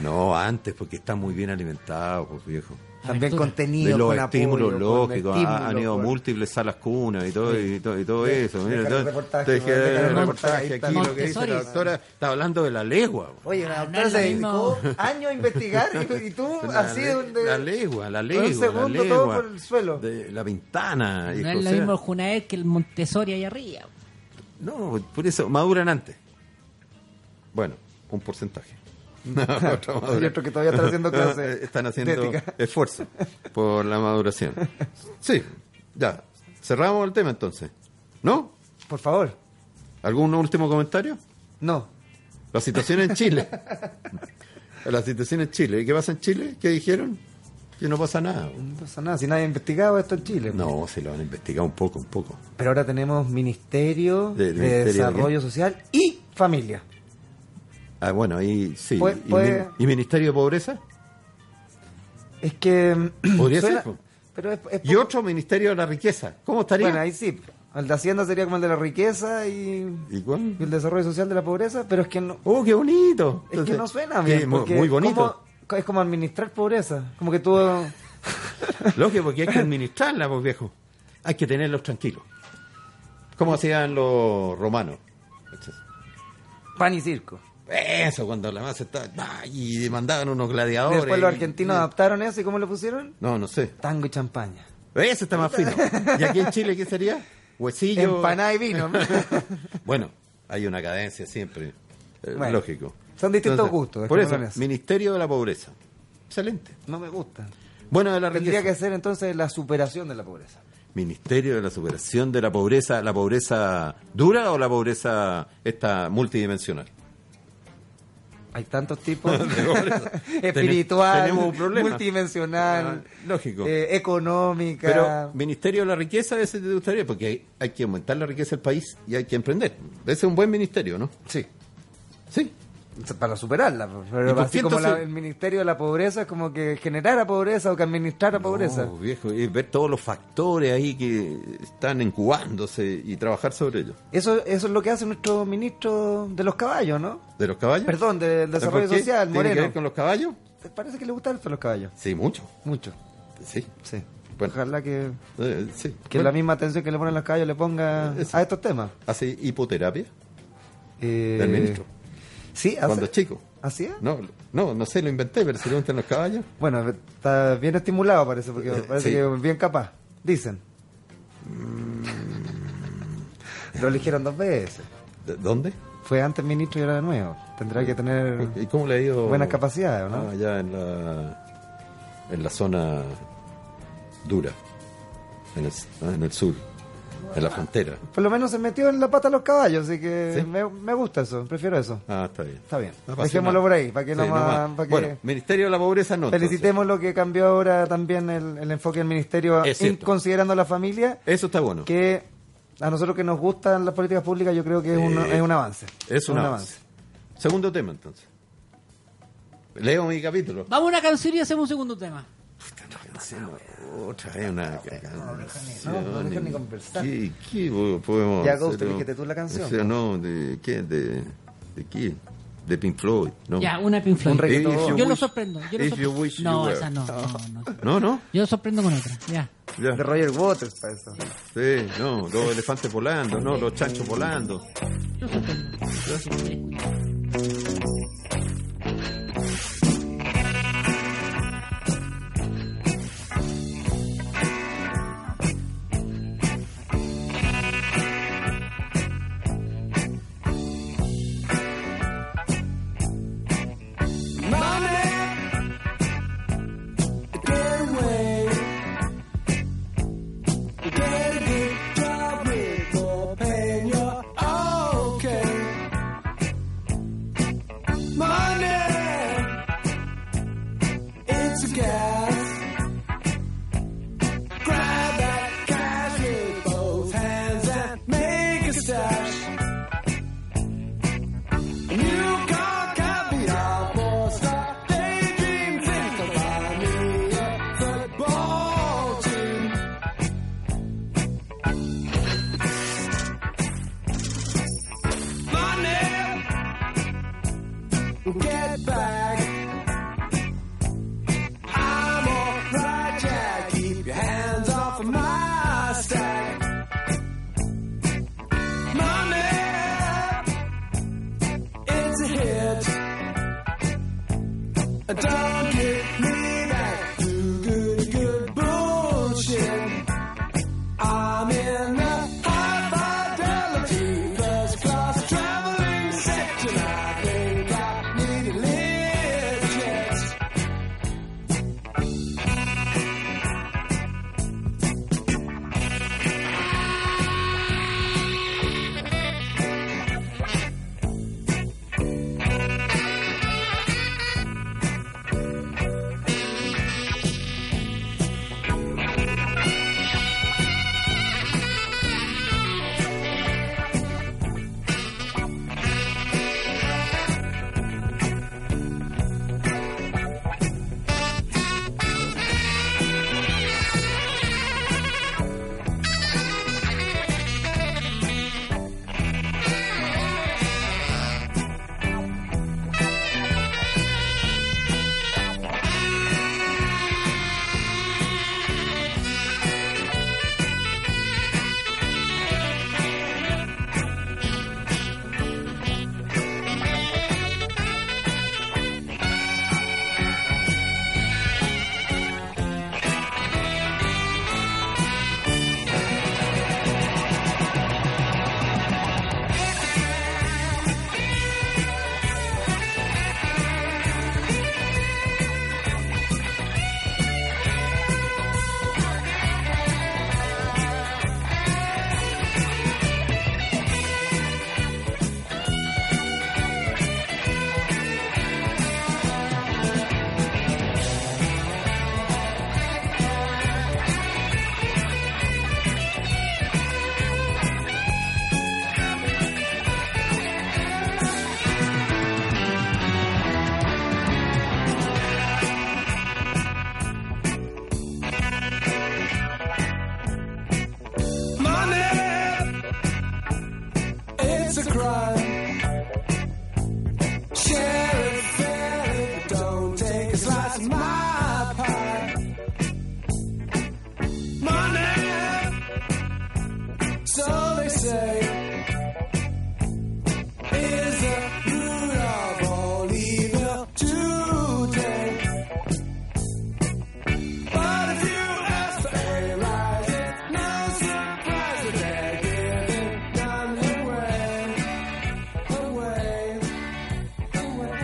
S1: No, antes, porque está muy bien alimentado, pues, viejo.
S2: También
S3: Aventura.
S1: De
S2: contenido,
S1: los
S2: con
S1: estímulos
S2: apoyo, con
S1: lógicos, ha- han
S2: estímulos,
S1: ido a
S2: con-
S1: múltiples salas cunas y todo, y todo, y todo
S2: de-
S1: eso. Mira,
S2: dejar el
S1: entonces,
S2: reportaje,
S1: te dejé
S2: dejar el
S1: el
S2: reportaje,
S1: reportaje
S2: ahí está.
S1: aquí, lo que dice la
S3: Montessori.
S1: doctora, está hablando de la legua. po.
S2: Oye, la
S3: Ah,
S2: doctora se
S3: no es lo
S2: dedicó
S3: mismo.
S2: años a investigar y, y tú
S1: La
S2: así
S1: le-
S2: de, de-
S1: La legua, la
S2: de
S1: legua.
S2: un
S1: la
S2: segundo
S1: legua,
S2: todo por el suelo.
S1: de la ventana.
S3: No
S1: hijo,
S3: es
S1: o
S3: lo
S1: sea,
S3: mismo el Junaed que el Montessori allá arriba.
S1: No, por eso, maduran antes. Bueno, un porcentaje. Otro madura.
S2: Y otro que todavía está haciendo clase
S1: Están haciendo
S2: de ética.
S1: esfuerzo por la maduración. Sí, ya. Cerramos el tema entonces. ¿No?
S2: Por favor,
S1: ¿Algún último comentario?
S2: no.
S1: La situación en Chile. la situación en Chile. ¿Y qué pasa en Chile? ¿Qué dijeron? Que no pasa nada.
S2: No pasa nada, si nadie ha investigado esto en Chile.
S1: No, se lo van a investigar un poco, un poco.
S2: Pero ahora tenemos Ministerio
S1: De-
S2: de,
S1: Ministerio de
S2: Desarrollo Social y Familia.
S1: Ah, bueno, ahí sí.
S2: Pues-
S1: ¿Y,
S2: pues-
S1: min- y Ministerio de Pobreza?
S2: Es que. mm,
S1: Podría
S2: suena-
S1: ser, po.
S2: Pero es, es
S1: Y
S2: poco-
S1: otro Ministerio de la Riqueza. ¿Cómo estaría?
S2: Bueno, ahí sí. El de Hacienda sería como el de la riqueza y,
S1: ¿Y cuál?
S2: y el desarrollo social de la pobreza, pero es que no,
S1: ¡Oh, qué bonito!
S2: Mm. es que
S1: Entonces,
S2: no suena
S1: sí,
S2: bien.
S1: muy,
S2: porque
S1: muy bonito.
S2: como- es como administrar pobreza. Como que tú.
S1: Lógico, porque hay que administrarla, pues viejo. Hay que tenerlos tranquilos. Como hacían los romanos.
S2: pan y circo.
S1: Eso, cuando la masa estaba. ¡ah! Y mandaban unos gladiadores.
S2: Después los
S1: y- Mm.
S2: argentinos adaptaron eso y ¿cómo lo pusieron?
S1: No, no sé.
S2: Tango y champaña.
S1: Eso está más fino. ¿Y aquí en Chile qué sería? Huesillo.
S2: Empanada y vino.
S1: Bueno, hay una cadencia siempre. eh,
S2: Bueno,
S1: lógico.
S2: son distintos gustos,
S1: Por eso,
S2: dejémoslo en eso.
S1: Ministerio de la Pobreza. Excelente.
S2: No me gusta.
S1: Bueno, de la
S2: Tendría
S1: riqueza.
S2: que ser entonces la superación de la pobreza.
S1: Ministerio de la Superación de la Pobreza. ¿La pobreza dura o la pobreza esta multidimensional?
S2: Hay tantos tipos.
S1: Tene-
S2: Espiritual,
S1: tenemos un problema.
S2: multidimensional,
S1: Ah, lógico.
S2: eh, económica.
S1: Pero Ministerio de la Riqueza, ese te gustaría, porque hay, hay que aumentar la riqueza del país y hay que emprender. Ese es un buen ministerio, ¿no?
S2: sí.
S1: Sí.
S2: Para superarla. pues. Pero
S1: ¿Y por
S2: así
S1: qué
S2: como la-
S1: entonces-
S2: el Ministerio de la Pobreza es como que generara pobreza o que administrara pobreza.
S1: No, Oh, viejo, y ver todos los factores ahí que están incubándose y trabajar sobre ellos.
S2: Eso, eso es lo que hace nuestro ministro de los caballos, ¿no?
S1: ¿De los caballos?
S2: Perdón, del
S1: ¿Pero
S2: desarrollo
S1: por qué?
S2: social,
S1: ¿Tiene que
S2: Moreno. Eh,
S1: ver con los caballos?
S2: Parece que le gustan harto los caballos.
S1: Sí, mucho.
S2: Mucho,
S1: Sí.
S2: sí.
S1: Bueno.
S2: Ojalá que,
S1: Eh, sí.
S2: que
S1: Bueno, Eh,
S2: la misma atención que le ponen los caballos le ponga
S1: Eso.
S2: a estos temas.
S1: ¿Hace hipoterapia
S2: Eh,
S1: el ministro?
S2: Sí, hace-
S1: Cuando es chico.
S2: ¿Hacía?
S1: No, no, no sé, lo inventé, pero si le gustan los caballos.
S2: Bueno, está bien estimulado parece, porque
S1: Eh,
S2: parece
S1: sí. Mm.
S2: que es bien capaz. Dicen. Lo eligieron dos veces.
S1: ¿De- ¿Dónde?
S2: Fue antes ministro y ahora de nuevo. Tendrá que tener
S1: ¿Y cómo le ha ido?
S2: buenas capacidades, ¿no?
S1: Ah, allá en la, en la zona dura, en el, ah, en el sur, en la frontera.
S2: Por lo menos se metió en la pata a los caballos, así que
S1: Sí.
S2: me, me gusta eso, prefiero eso.
S1: Ah, está bien.
S2: Está bien.
S1: Apasionado.
S2: Dejémoslo por ahí, para que no más-
S1: más.
S2: para que-
S1: Bueno, Ministerio de la Pobreza no. entonces.
S2: Felicitemos lo que cambió ahora también el, el enfoque del ministerio,
S1: Es
S2: en-
S1: cierto.
S2: considerando la familia,
S1: Eso está bueno.
S2: que a nosotros que nos gustan las políticas públicas, yo creo que es, un,
S1: Eh,
S2: es un avance.
S1: Es un, avance. Segundo tema, entonces. Leo mi capítulo.
S4: Vamos a una canción y hacemos un segundo tema.
S1: Otra vez una
S2: no, no dejan ni
S1: canción.
S2: conversar.
S1: ¿Qué, qué po- podemos
S2: Ya,
S1: hacer?
S2: Ghost, elígete tú la canción.
S1: O sea, no, ¿de qué? ¿De, de qué? ¿De Pink Floyd? No.
S4: Ya, una Pink Floyd.
S2: Un reggaetón. If you
S4: Yo lo
S1: wish-
S4: sorprendo. Yo lo
S1: if
S4: sorpre-
S1: you wish you
S4: no,
S1: were.
S4: esa no, no, no.
S1: No, no.
S4: Yo lo sorprendo con otra. Ya.
S1: Ya.
S2: De Roger Waters para eso.
S1: Sí, no, los elefantes volando, no, los chanchos volando.
S4: Lo sorprendo. It's like my part. Money, so they say, is the root of all evil today. But if you ask for a rise, it's no surprise that they're giving none away, away, away.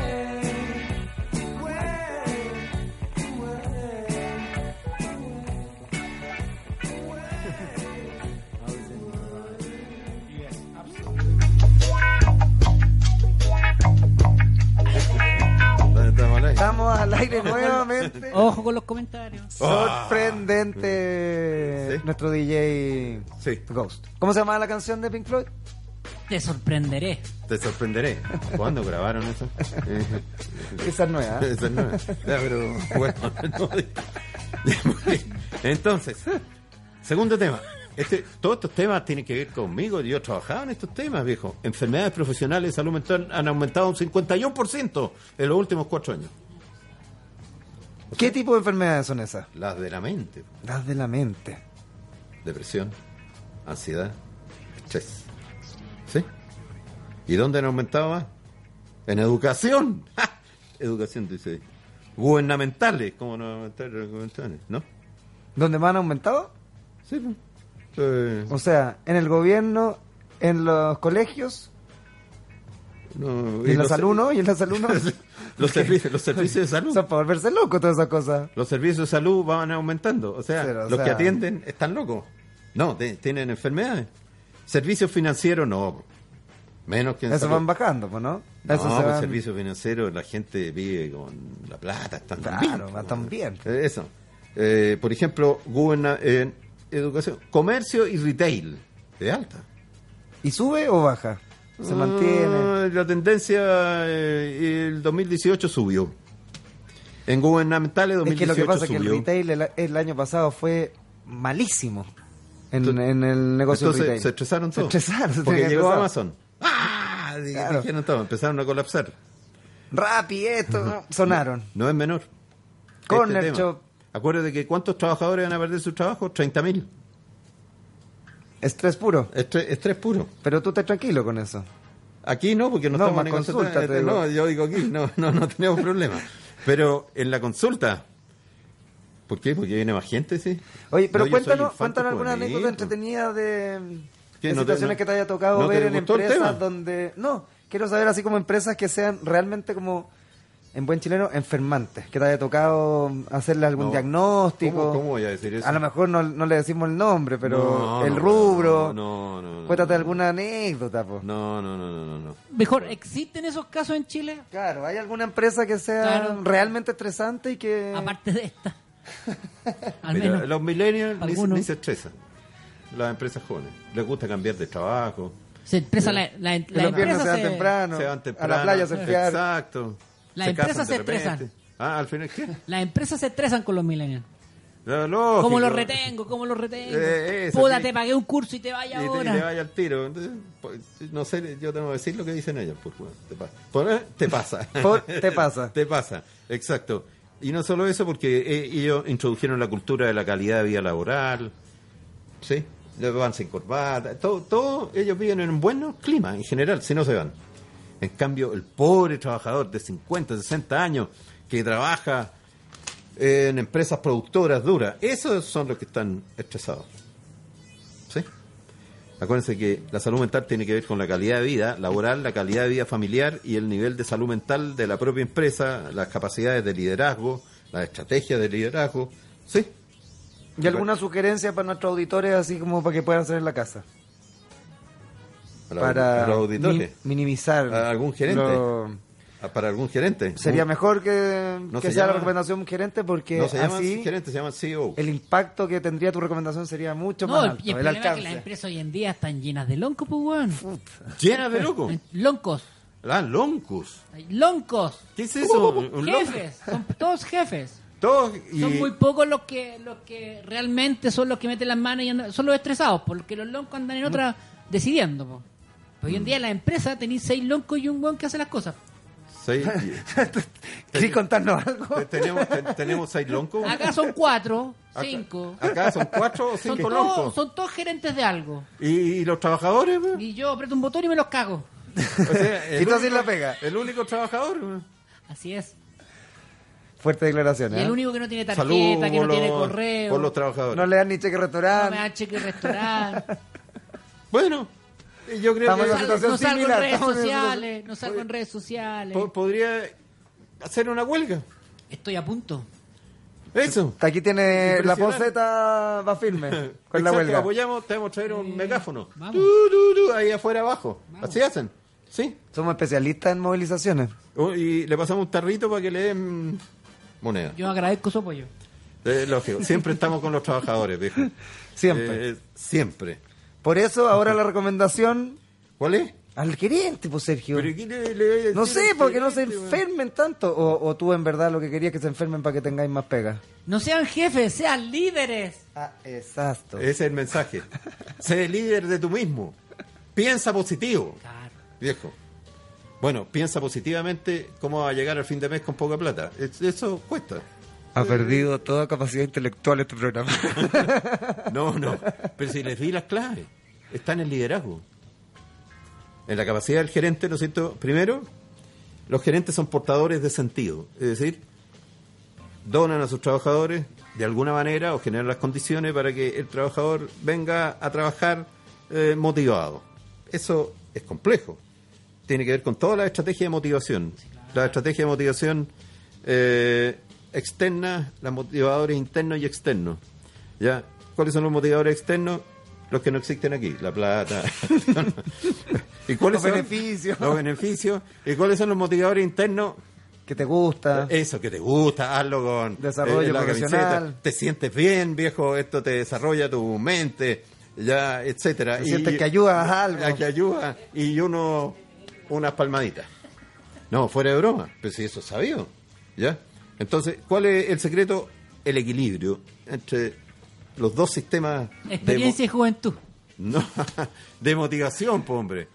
S1: Estamos al aire.
S2: Estamos al aire nuevamente.
S1: Oh.
S3: Ojo con los comentarios.
S2: Sorprendente
S1: Sí.
S2: nuestro DJ
S1: Sí.
S2: Ghost. ¿Cómo se llamaba la canción de Pink Floyd?
S3: Te sorprenderé.
S1: Te sorprenderé. ¿Cuándo grabaron eso? Eh,
S2: Esa es nueva.
S1: Esa no era. Ya, pero bueno, Ah. no. Ya, muy bien. Entonces, segundo tema. Este, todos estos temas tienen que ver conmigo. Yo trabajaba en estos temas, viejo. Enfermedades profesionales, salud mental han aumentado un 51% en los últimos cuatro años.
S2: ¿Qué tipo de enfermedades son esas?
S1: Las de la mente.
S2: Las de la mente.
S1: Depresión, ansiedad, estrés. ¿Sí? ¿Y dónde han aumentado más? En educación. ¡Ja! Educación, dice. ahí. Gubernamentales. ¿Cómo no van a aumentar los gubernamentales? ¿No?
S2: ¿Dónde más han aumentado?
S1: Sí, pues. Eh,
S2: O sea, en el gobierno, en los colegios,
S1: no,
S2: y en
S1: los
S2: la salud,
S1: ser-
S2: ¿no? Y en la salud, ¿no?
S1: Los servicios, los servicios de salud.
S2: Son para volverse loco todas esas cosas.
S1: Los servicios de salud van aumentando. O sea,
S2: Pero, o
S1: los que
S2: sea-
S1: atienden están locos. No, te- tienen enfermedades. Servicios financieros no. Menos que en
S2: Eso
S1: salud.
S2: van bajando, pues, ¿no?
S1: No,
S2: Eso
S1: pues,
S2: se van-
S1: servicios financieros la gente vive con la plata, están
S2: Claro,
S1: bien.
S2: va tan bien.
S1: Eh, Eso. Eh, por ejemplo, guberna- eh, educación, comercio y retail de alta.
S2: ¿Y sube o baja? Se mantiene.
S1: Ah, La tendencia eh, el 2018 subió. En gubernamentales
S2: Es que
S1: 2018
S2: lo que pasa es que el
S1: subió.
S2: retail el, el año pasado fue malísimo en,
S1: Entonces-
S2: en el negocio
S1: Entonces
S2: retail.
S1: se estresaron todos.
S2: Se estresaron. se
S1: porque
S2: tenían
S1: llegó
S2: estresado.
S1: Amazon. ¡Ah! Di-
S2: Claro.
S1: Dijeron todo, empezaron a colapsar.
S2: Rappi, esto, ¿no? sonaron.
S1: No es menor. este
S2: Corner
S1: tema.
S2: Shop.
S1: Acuérdate que ¿cuántos trabajadores van a perder su trabajo? 30.000.
S2: Estrés puro.
S1: Estrés, estrés puro.
S2: Pero tú estás tranquilo con eso.
S1: Aquí no, porque no,
S2: No,
S1: estamos
S2: más
S1: en consulta.
S2: consulta, te
S1: Eh,
S2: digo.
S1: no, yo digo aquí, no, no, no tenemos problema. Pero en la consulta. ¿Por qué? Porque viene más gente, sí.
S2: Oye, pero
S1: No, yo soy
S2: cuéntanos,
S1: infarto
S2: cuéntanos alguna
S1: juvenil,
S2: anécdota
S1: pues.
S2: entretenida de,
S1: ¿Qué,
S2: de
S1: no te-
S2: situaciones
S1: no-
S2: que te haya tocado
S1: no te
S2: ver en
S1: gustó el tema?
S2: empresas donde... No, quiero saber así como empresas que sean realmente como, en buen chileno, enfermantes. Que te haya tocado hacerle algún
S1: No.
S2: diagnóstico.
S1: ¿Cómo- cómo voy a decir eso?
S2: A lo mejor no, no le decimos el nombre, pero
S1: No,
S2: el
S1: no,
S2: rubro.
S1: no, no, no,
S2: Cuéntate
S1: no.
S2: alguna anécdota, po.
S1: No, no, no, no, no. no.
S3: Mejor, ¿existen esos casos en Chile?
S2: Claro, ¿hay alguna empresa que sea
S3: Claro.
S2: realmente estresante y que...
S3: Aparte de esta. Al
S1: Mira,
S3: menos.
S1: los millennials ni, se-
S3: Algunos.
S1: ni se estresan. Las empresas jóvenes. Les gusta cambiar de trabajo.
S3: Se expresa la, la, la
S2: Que los viernes
S3: empresa
S2: se van
S3: se-
S2: temprano,
S1: se van
S2: a
S1: temprano.
S2: la playa a surfear.
S1: Exacto.
S3: Las
S1: Se
S3: empresas
S1: casan de
S3: se
S1: repente.
S3: estresan.
S1: Ah, al final, ¿qué?
S3: Las empresas se estresan con los millennials.
S1: Lo lógico.
S3: ¿Cómo los retengo? ¿Cómo los retengo?
S1: Eh, eso,
S3: Puta,
S1: sí.
S3: te pagué un curso y te
S1: Y
S3: vaya
S1: te, y
S3: ahora.
S1: te vaya al tiro. Entonces, pues, No sé, yo tengo que decir lo que dicen ellos. Pues, bueno, te pasa. Por- eh, te pasa.
S2: Por- te pasa.
S1: te pasa, exacto. Y no solo eso, porque eh, ellos introdujeron la cultura de la calidad de vida laboral. ¿Sí? Ya Van sin corbata. Todo, todo, ellos viven en un buen clima en general, si no se van. En cambio, el pobre trabajador de 50, 60 años que trabaja en empresas productoras duras, esos son los que están estresados. ¿Sí? Acuérdense que la salud mental tiene que ver con la calidad de vida laboral, la calidad de vida familiar y el nivel de salud mental de la propia empresa, las capacidades de liderazgo, las estrategias de liderazgo. ¿Sí?
S2: ¿Y alguna sugerencia para nuestros auditores así como para que puedan hacer en la casa? para
S1: para los auditores.
S2: mi- minimizar.
S1: ¿A algún gerente? Ah,
S2: lo-
S1: Para algún gerente.
S2: Sería mejor que,
S1: No
S2: que
S1: se
S2: sea la
S1: llama-
S2: recomendación de un gerente porque
S1: No se llaman
S2: así
S1: gerentes, se E llaman CEO.
S2: el impacto que tendría tu recomendación sería mucho
S3: No,
S2: más
S3: el-
S2: alto.
S3: y el,
S2: el
S3: problema es que las
S2: alcance.
S3: empresas hoy en día están llenas de loncos, pues, weón.
S1: Llenas de loco.
S3: Loncos.
S1: Ah, loncus.
S3: Loncos.
S1: ¿Qué es eso? Un lonco.
S3: Jefes. Son todos jefes.
S1: Todos y-
S3: Son muy pocos los que los que realmente son los que meten las manos y andan- son los estresados, porque los loncos andan en otra decidiendo. po. Pero hoy en día en la empresa tenéis seis loncos y un weón que hace las cosas.
S1: Seis-
S2: ¿Quieres contarnos algo?
S1: te- tenemos, te- tenemos seis loncos.
S3: Acá son cuatro,
S1: Acá-
S3: cinco.
S1: Acá son cuatro o
S3: Son
S1: cinco
S3: todos,
S1: loncos.
S3: son todos gerentes de algo.
S1: ¿Y, y los trabajadores? pues?
S3: Y yo aprieto un botón y me los cago.
S1: O sea, el
S2: Y tú
S1: único-
S2: haces la pega.
S1: El único trabajador. pues.
S3: Así es.
S2: Fuerte declaración,
S3: Y
S2: ¿eh?
S3: el único que no tiene tarjeta,
S1: Salud
S3: que no
S1: por
S3: tiene
S1: los-
S3: correo,
S1: Por los
S3: no
S1: trabajadores.
S2: No le dan ni cheque
S3: me
S2: restaurante.
S3: da cheque de restaurante,
S1: Bueno, yo creo que
S2: Estamos en Una
S3: no salgo,
S2: situación
S3: no salgo en
S2: similar,
S3: redes
S2: estamos en una
S3: sociales, no salgo en redes sociales.
S1: po- podría hacer una huelga.
S3: Estoy a punto.
S1: Eso.
S2: Aquí tiene la
S1: Impresionante.
S2: poseta, va firme con la
S1: Exacto,
S2: huelga.
S1: apoyamos, te vamos a traer un megáfono.
S3: Eh, vamos.
S1: Du, du, du, ahí afuera abajo. Así hacen. Sí.
S2: Somos especialistas en movilizaciones.
S1: Oh, Y le pasamos un tarrito para que le den moneda.
S3: Yo agradezco su apoyo.
S1: Eh, lógico. Siempre estamos con los trabajadores, viejo.
S2: Siempre.
S1: Eh, siempre.
S2: Por eso, ahora la recomendación
S1: ¿Cuál es?
S2: al gerente, pues Sergio.
S1: ¿Pero qué le- le voy a
S2: No
S1: decir este
S2: sé,
S1: al
S2: porque no se
S1: gerente, weón?
S2: enfermen tanto. O, o tú en verdad lo que querías que se enfermen para que tengáis más pega.
S3: No sean jefes, sean líderes.
S2: Ah, exacto.
S1: Ese es el mensaje. sé líder de tú mismo. Piensa positivo,
S3: Claro.
S1: viejo. Bueno, piensa positivamente cómo va a llegar al fin de mes con poca plata. Es- Eso cuesta.
S2: Ha perdido toda capacidad intelectual este programa.
S1: No, no. Pero si les di las claves, está en el liderazgo. En la capacidad del gerente, ¿no es cierto? Primero, los gerentes son portadores de sentido. Es decir, donan a sus trabajadores de alguna manera o generan las condiciones para que el trabajador venga a trabajar eh, motivado. Eso es complejo. Tiene que ver con toda la estrategia de motivación. La estrategia de motivación eh, externa, los motivadores internos y externos. ¿Ya? ¿Cuáles son los motivadores externos? Los que no existen aquí, la plata. ¿Y cuáles
S2: Los
S1: son?
S2: beneficios.
S1: Los beneficios. ¿Y cuáles son los motivadores internos?
S2: que te gusta.
S1: Eso que te gusta, hazlo con eh,
S2: Desarrollo
S1: la
S2: profesional.
S1: camiseta. Te sientes bien, viejo, esto te desarrolla tu mente, ya, etcétera.
S2: Te sientes eh, que ayudas a algo.
S1: a que ayuda y uno unas palmaditas. No, fuera de broma, pero si eso es sabido, ¿ya? Entonces, ¿cuál es el secreto? El equilibrio entre los dos sistemas de mo-
S3: Experiencia y juventud.
S1: no, de motivación, po, hombre.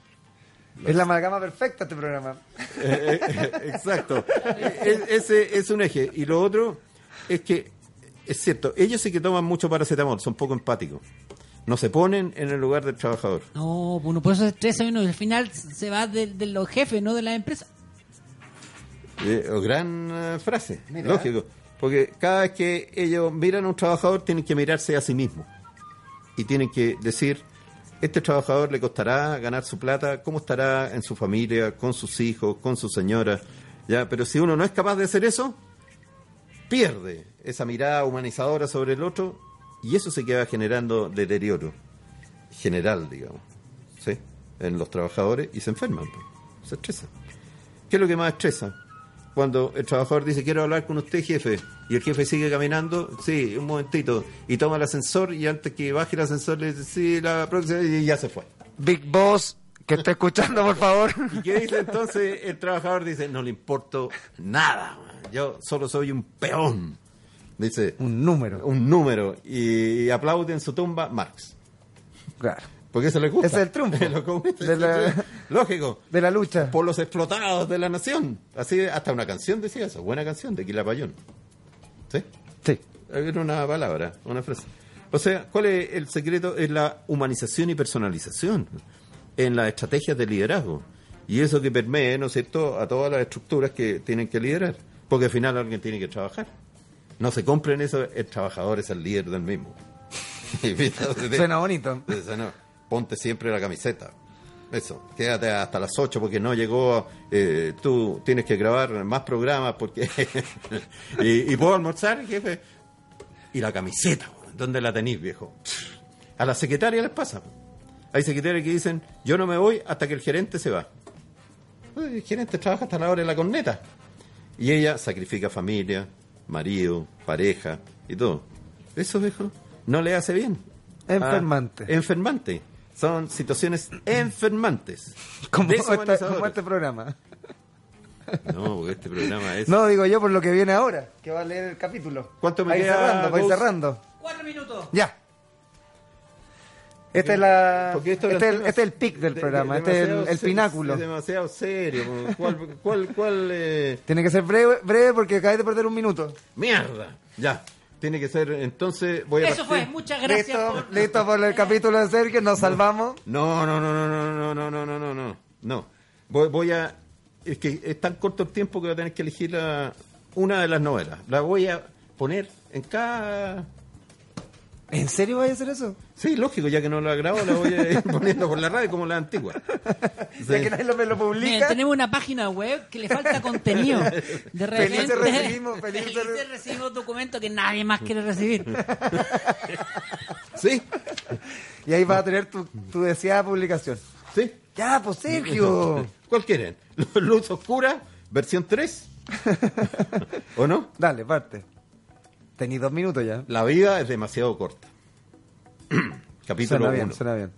S2: Es la amalgama perfecta este programa.
S1: Eh, eh, Exacto. E- ese es un eje. Y lo otro es que, es cierto, ellos sí que toman mucho paracetamol, son poco empáticos. No se ponen en el lugar del trabajador.
S3: No, uno por eso se estresa uno. Al final se va de, de los jefes, no de las empresas.
S1: Eh, gran eh, frase,
S2: Mira.
S1: lógico. Porque cada vez que ellos miran a un trabajador, tienen que mirarse a sí mismos. Y tienen que decir, este trabajador le costará ganar su plata, cómo estará en su familia, con sus hijos, con su señora. ¿Ya? Pero si uno no es capaz de hacer eso, pierde esa mirada humanizadora sobre el otro y eso se queda generando deterioro general, digamos, ¿sí? en los trabajadores y se enferman, pues, se estresan. ¿Qué es lo que más estresa? Cuando el trabajador dice, quiero hablar con usted, jefe, y el jefe sigue caminando, sí, un momentito, y toma el ascensor, y antes que baje el ascensor le dice, sí, la próxima, y ya se fue.
S2: Big Boss, que está escuchando, por favor.
S1: ¿Y qué dice entonces el trabajador? Dice, no le importo nada, man. yo solo soy un peón. Dice,
S2: Un número.
S1: un número, y aplaude en su tumba Marx.
S2: Claro.
S1: Porque eso le gusta.
S2: Ese es el triunfo.
S1: Los comunistas, ese
S2: De
S1: es el
S2: la-
S1: triunfo. Lógico.
S2: De la lucha.
S1: por los explotados de la nación. Así, hasta una canción decía eso, buena canción de Quilapayón. ¿Sí?
S2: Sí.
S1: Era una palabra, una frase. O sea, ¿cuál es el secreto? Es la humanización y personalización en las estrategias de liderazgo. Y eso que permee, ¿no es cierto?, a todas las estructuras que tienen que liderar. Porque al final alguien tiene que trabajar. No se compren eso, el trabajador es el líder del mismo.
S2: Suena bonito.
S1: Dice, no, ponte siempre la camiseta. Eso, quédate hasta las 8 porque no llegó. eh, tú tienes que grabar más programas porque. y, y puedo almorzar, jefe. Y la camiseta, ¿dónde la tenéis, viejo? A la secretaria les pasa. Hay secretarias que dicen, yo no me voy hasta que el gerente se va. Pues, El gerente trabaja hasta la hora de la corneta. Y ella sacrifica familia, marido, pareja y todo. Eso, viejo, no le hace bien.
S2: Enfermante.
S1: Ah, enfermante. Son situaciones enfermantes.
S2: Como, esta-
S1: Deshumanizadoras.
S2: como este programa.
S1: No, porque este programa es...
S2: No, digo yo por lo que viene ahora, que va a leer el capítulo.
S1: ¿Cuánto me
S2: Ahí
S1: queda,
S2: cerrando, para ir
S1: Gus?
S2: cerrando.
S3: Cuatro minutos.
S2: Ya. Esta es la-
S1: porque esto
S2: este
S1: era
S2: es el-
S1: tema-
S2: este es el pic del
S1: de-
S2: programa, este es el-
S1: demasiado
S2: el
S1: se-
S2: pináculo.
S1: Es demasiado serio. como, ¿Cuál, cuál, cuál eh,
S2: Tiene que ser breve, breve porque acabé de perder un minuto.
S1: mierda? Ya, tiene que ser. Entonces voy a.
S3: Eso fue,
S1: partir-
S3: muchas gracias.
S2: Listo,
S3: por-
S2: listo por el capítulo de Sergio, nos salvamos.
S1: No, no, no, no, no, no, no, no, no, no, no. Voy, voy a. Es que es tan corto el tiempo que voy a tener que elegir la- una de las novelas. La voy a poner en cada.
S2: ¿En serio vas a hacer eso?
S1: Sí, lógico, ya que no la grabo, la voy a ir poniendo por la radio como la antigua.
S2: Ya que nadie lo, me lo
S3: Miren,
S2: publica.
S3: tenemos una página web que le falta contenido. De repente,
S2: Felices recibimos, felices re-
S3: recibimos documentos que nadie más quiere recibir.
S1: Sí,
S2: Y ahí vas a tener tu, tu deseada publicación.
S1: sí.
S2: Ya, pues Sergio.
S1: ¿Cuál quieren? Luz Oscura, versión 3. ¿O no?
S2: Dale, parte. Tenís dos minutos ya.
S1: La vida es demasiado corta. Capítulo
S2: Suena bien,
S1: 1.
S2: suena bien.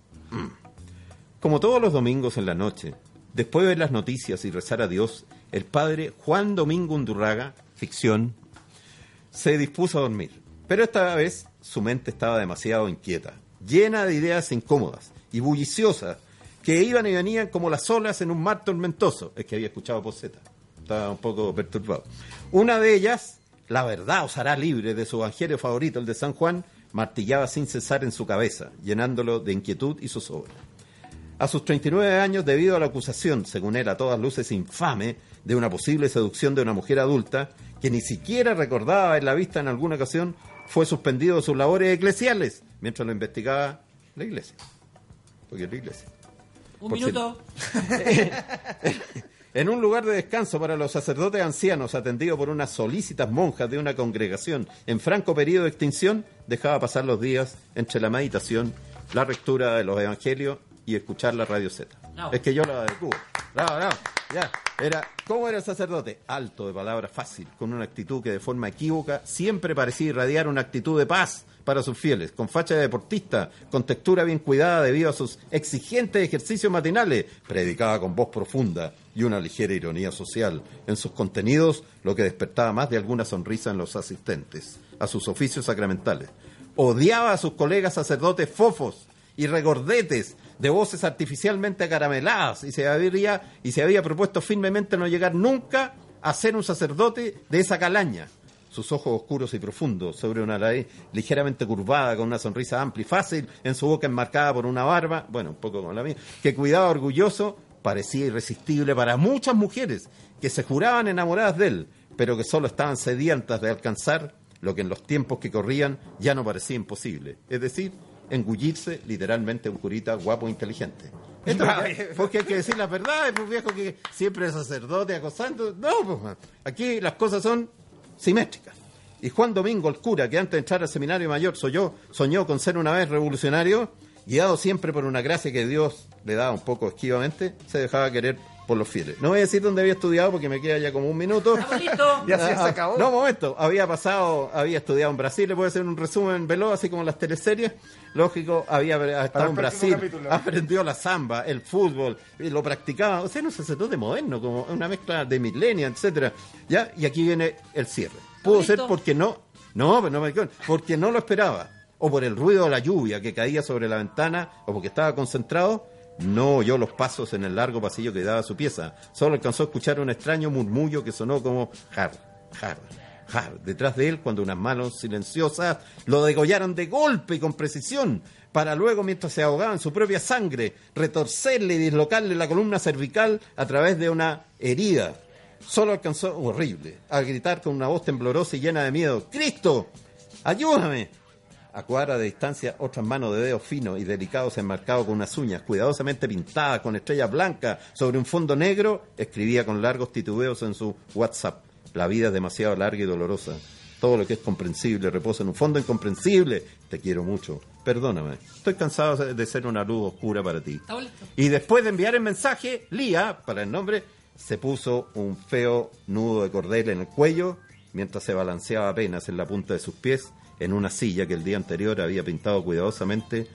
S1: Como todos los domingos en la noche, después de ver las noticias y rezar a Dios, el padre Juan Domingo Undurraga, ficción, se dispuso a dormir. Pero esta vez su mente estaba demasiado inquieta, llena de ideas incómodas y bulliciosas que iban y venían como las olas en un mar tormentoso. Es que había escuchado Poseta, estaba un poco perturbado. Una de ellas, la verdad os hará libre de su evangelio favorito, el de San Juan, martillaba sin cesar en su cabeza, llenándolo de inquietud y zozobra. A sus 39 años, debido a la acusación, según él a todas luces infame, de una posible seducción de una mujer adulta, que ni siquiera recordaba haberla vista en alguna ocasión, fue suspendido de sus labores eclesiales mientras lo investigaba la iglesia. Porque es la iglesia.
S3: Un
S1: Por
S3: minuto.
S1: En un lugar de descanso para los sacerdotes ancianos, atendido por unas solícitas monjas de una congregación en franco periodo de extinción, dejaba pasar los días entre la meditación, la lectura de los evangelios y escuchar la radio Z.
S3: Bravo.
S1: Es que yo la adecuo. Bravo, bravo. Ya. Era, ¿Cómo era el sacerdote? Alto de palabra fácil, con una actitud que de forma equívoca siempre parecía irradiar una actitud de paz para sus fieles, con facha de deportista, con textura bien cuidada debido a sus exigentes ejercicios matinales, predicaba con voz profunda y una ligera ironía social en sus contenidos, lo que despertaba más de alguna sonrisa en los asistentes a sus oficios sacramentales. Odiaba a sus colegas sacerdotes fofos y regordetes de voces artificialmente acarameladas y se había, y se había propuesto firmemente no llegar nunca a ser un sacerdote de esa calaña. Sus ojos oscuros y profundos, sobre una nariz ligeramente curvada, con una sonrisa amplia y fácil, en su boca enmarcada por una barba, bueno, un poco como la mía, que cuidaba orgulloso, parecía irresistible para muchas mujeres que se juraban enamoradas de él, pero que solo estaban sedientas de alcanzar lo que en los tiempos que corrían ya no parecía imposible. Es decir, engullirse literalmente un curita guapo e inteligente. Esto es lo que- porque hay que decir las verdades, pues viejo que siempre es sacerdote acosando. No, pues man. aquí las cosas son simétricas. Y Juan Domingo, el cura, que antes de entrar al seminario mayor soñó, soñó con ser una vez revolucionario, guiado siempre por una gracia que Dios le daba un poco esquivamente, se dejaba querer por los fieles. No voy a decir dónde había estudiado porque me queda ya como un minuto.
S3: Estamos listos.
S2: Y así
S1: Ah,
S2: se acabó.
S1: No, momento. Había pasado, había estudiado en Brasil. Le puedo hacer un resumen veloz, así como las teleseries. Lógico, había estado
S2: el
S1: en
S2: próximo
S1: Brasil.
S2: capítulo.
S1: Aprendió la samba, el fútbol, y lo practicaba. O sea, no se sentó de moderno, como una mezcla de milenia, etcétera. ¿Ya? Y aquí viene el cierre. Pudo
S3: ¿Listo?
S1: ser porque no. No, pero no me quedo- Porque no lo esperaba. O por el ruido de la lluvia que caía sobre la ventana, o porque estaba concentrado. No oyó los pasos en el largo pasillo que daba a su pieza. Solo alcanzó a escuchar un extraño murmullo que sonó como jar, jar, jar. Detrás de él, cuando unas manos silenciosas lo degollaron de golpe y con precisión, para luego, mientras se ahogaba en su propia sangre, retorcerle y dislocarle la columna cervical a través de una herida. Solo alcanzó, horrible, a gritar con una voz temblorosa y llena de miedo, ¡Cristo! ¡Ayúdame! A cuadra de distancia, otras manos de dedos finos y delicados enmarcados con unas uñas, cuidadosamente pintadas con estrellas blancas sobre un fondo negro, escribía con largos titubeos en su WhatsApp. La vida es demasiado larga y dolorosa. Todo lo que es comprensible reposa en un fondo incomprensible. Te quiero mucho. Perdóname. Estoy cansado de ser una luz oscura para ti.
S3: Estamos listos.
S1: Y después de enviar el mensaje, Lía, para el nombre, se puso un feo nudo de cordel en el cuello mientras se balanceaba apenas en la punta de sus pies en una silla que el día anterior había pintado cuidadosamente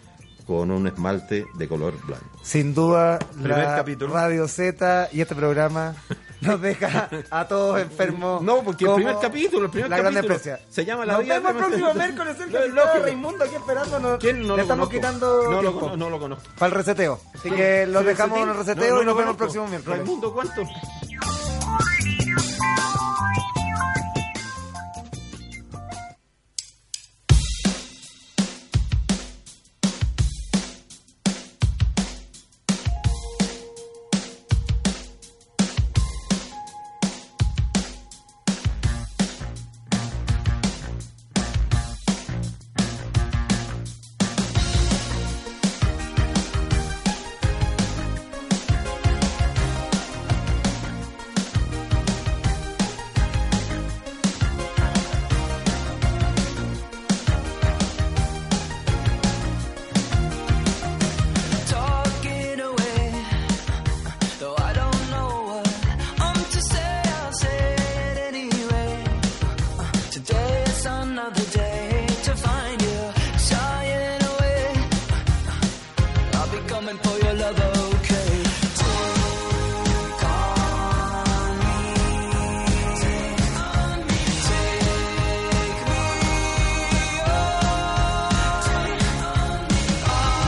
S1: con un esmalte de color blanco.
S2: Sin duda,
S1: Primer
S2: la
S1: capítulo.
S2: Radio Z y este programa nos deja a todos enfermos.
S1: No, porque el
S2: como
S1: primer capítulo, el primer
S2: la gran
S1: capítulo
S2: especia.
S1: se llama La
S2: Nos
S1: vida
S2: vemos el
S1: de-
S2: próximo miércoles, el
S1: Lo-
S2: capitán
S1: lógico.
S2: Raimundo aquí esperando. nos-
S1: ¿Quién no
S2: le
S1: lo
S2: estamos
S1: conozco?
S2: quitando
S1: no, lo
S2: tiempo
S1: cono- no lo conozco.
S2: para el reseteo. Así que los
S1: Sí,
S2: dejamos en el reseteo
S1: No, no
S2: y
S1: lo
S2: nos vemos
S1: conozco.
S2: el próximo miércoles.
S1: Raimundo, ¿cuánto?
S4: Talking away, though I don't know what I'm to say. I'll say it anyway. Today is another day to find you shying away. I'll be coming for your love, okay? Take on me, take on me, take me on. I'll be gone in your tears.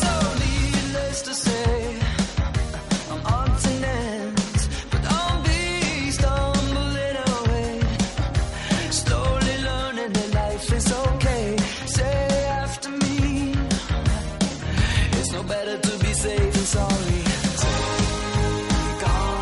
S4: So needless to say, I'm odds and ends, but I'll be stumbling away. Slowly learning that life is okay. Say after me, it's no better to be safe than sorry. Take on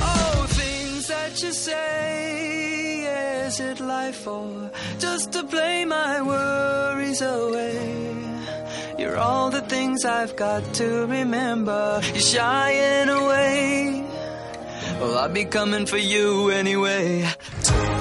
S4: Oh, things that you say, is it life or just to play my worries away? You're all the things I've got to remember. You're shying away. Well, I'll be coming for you anyway. Take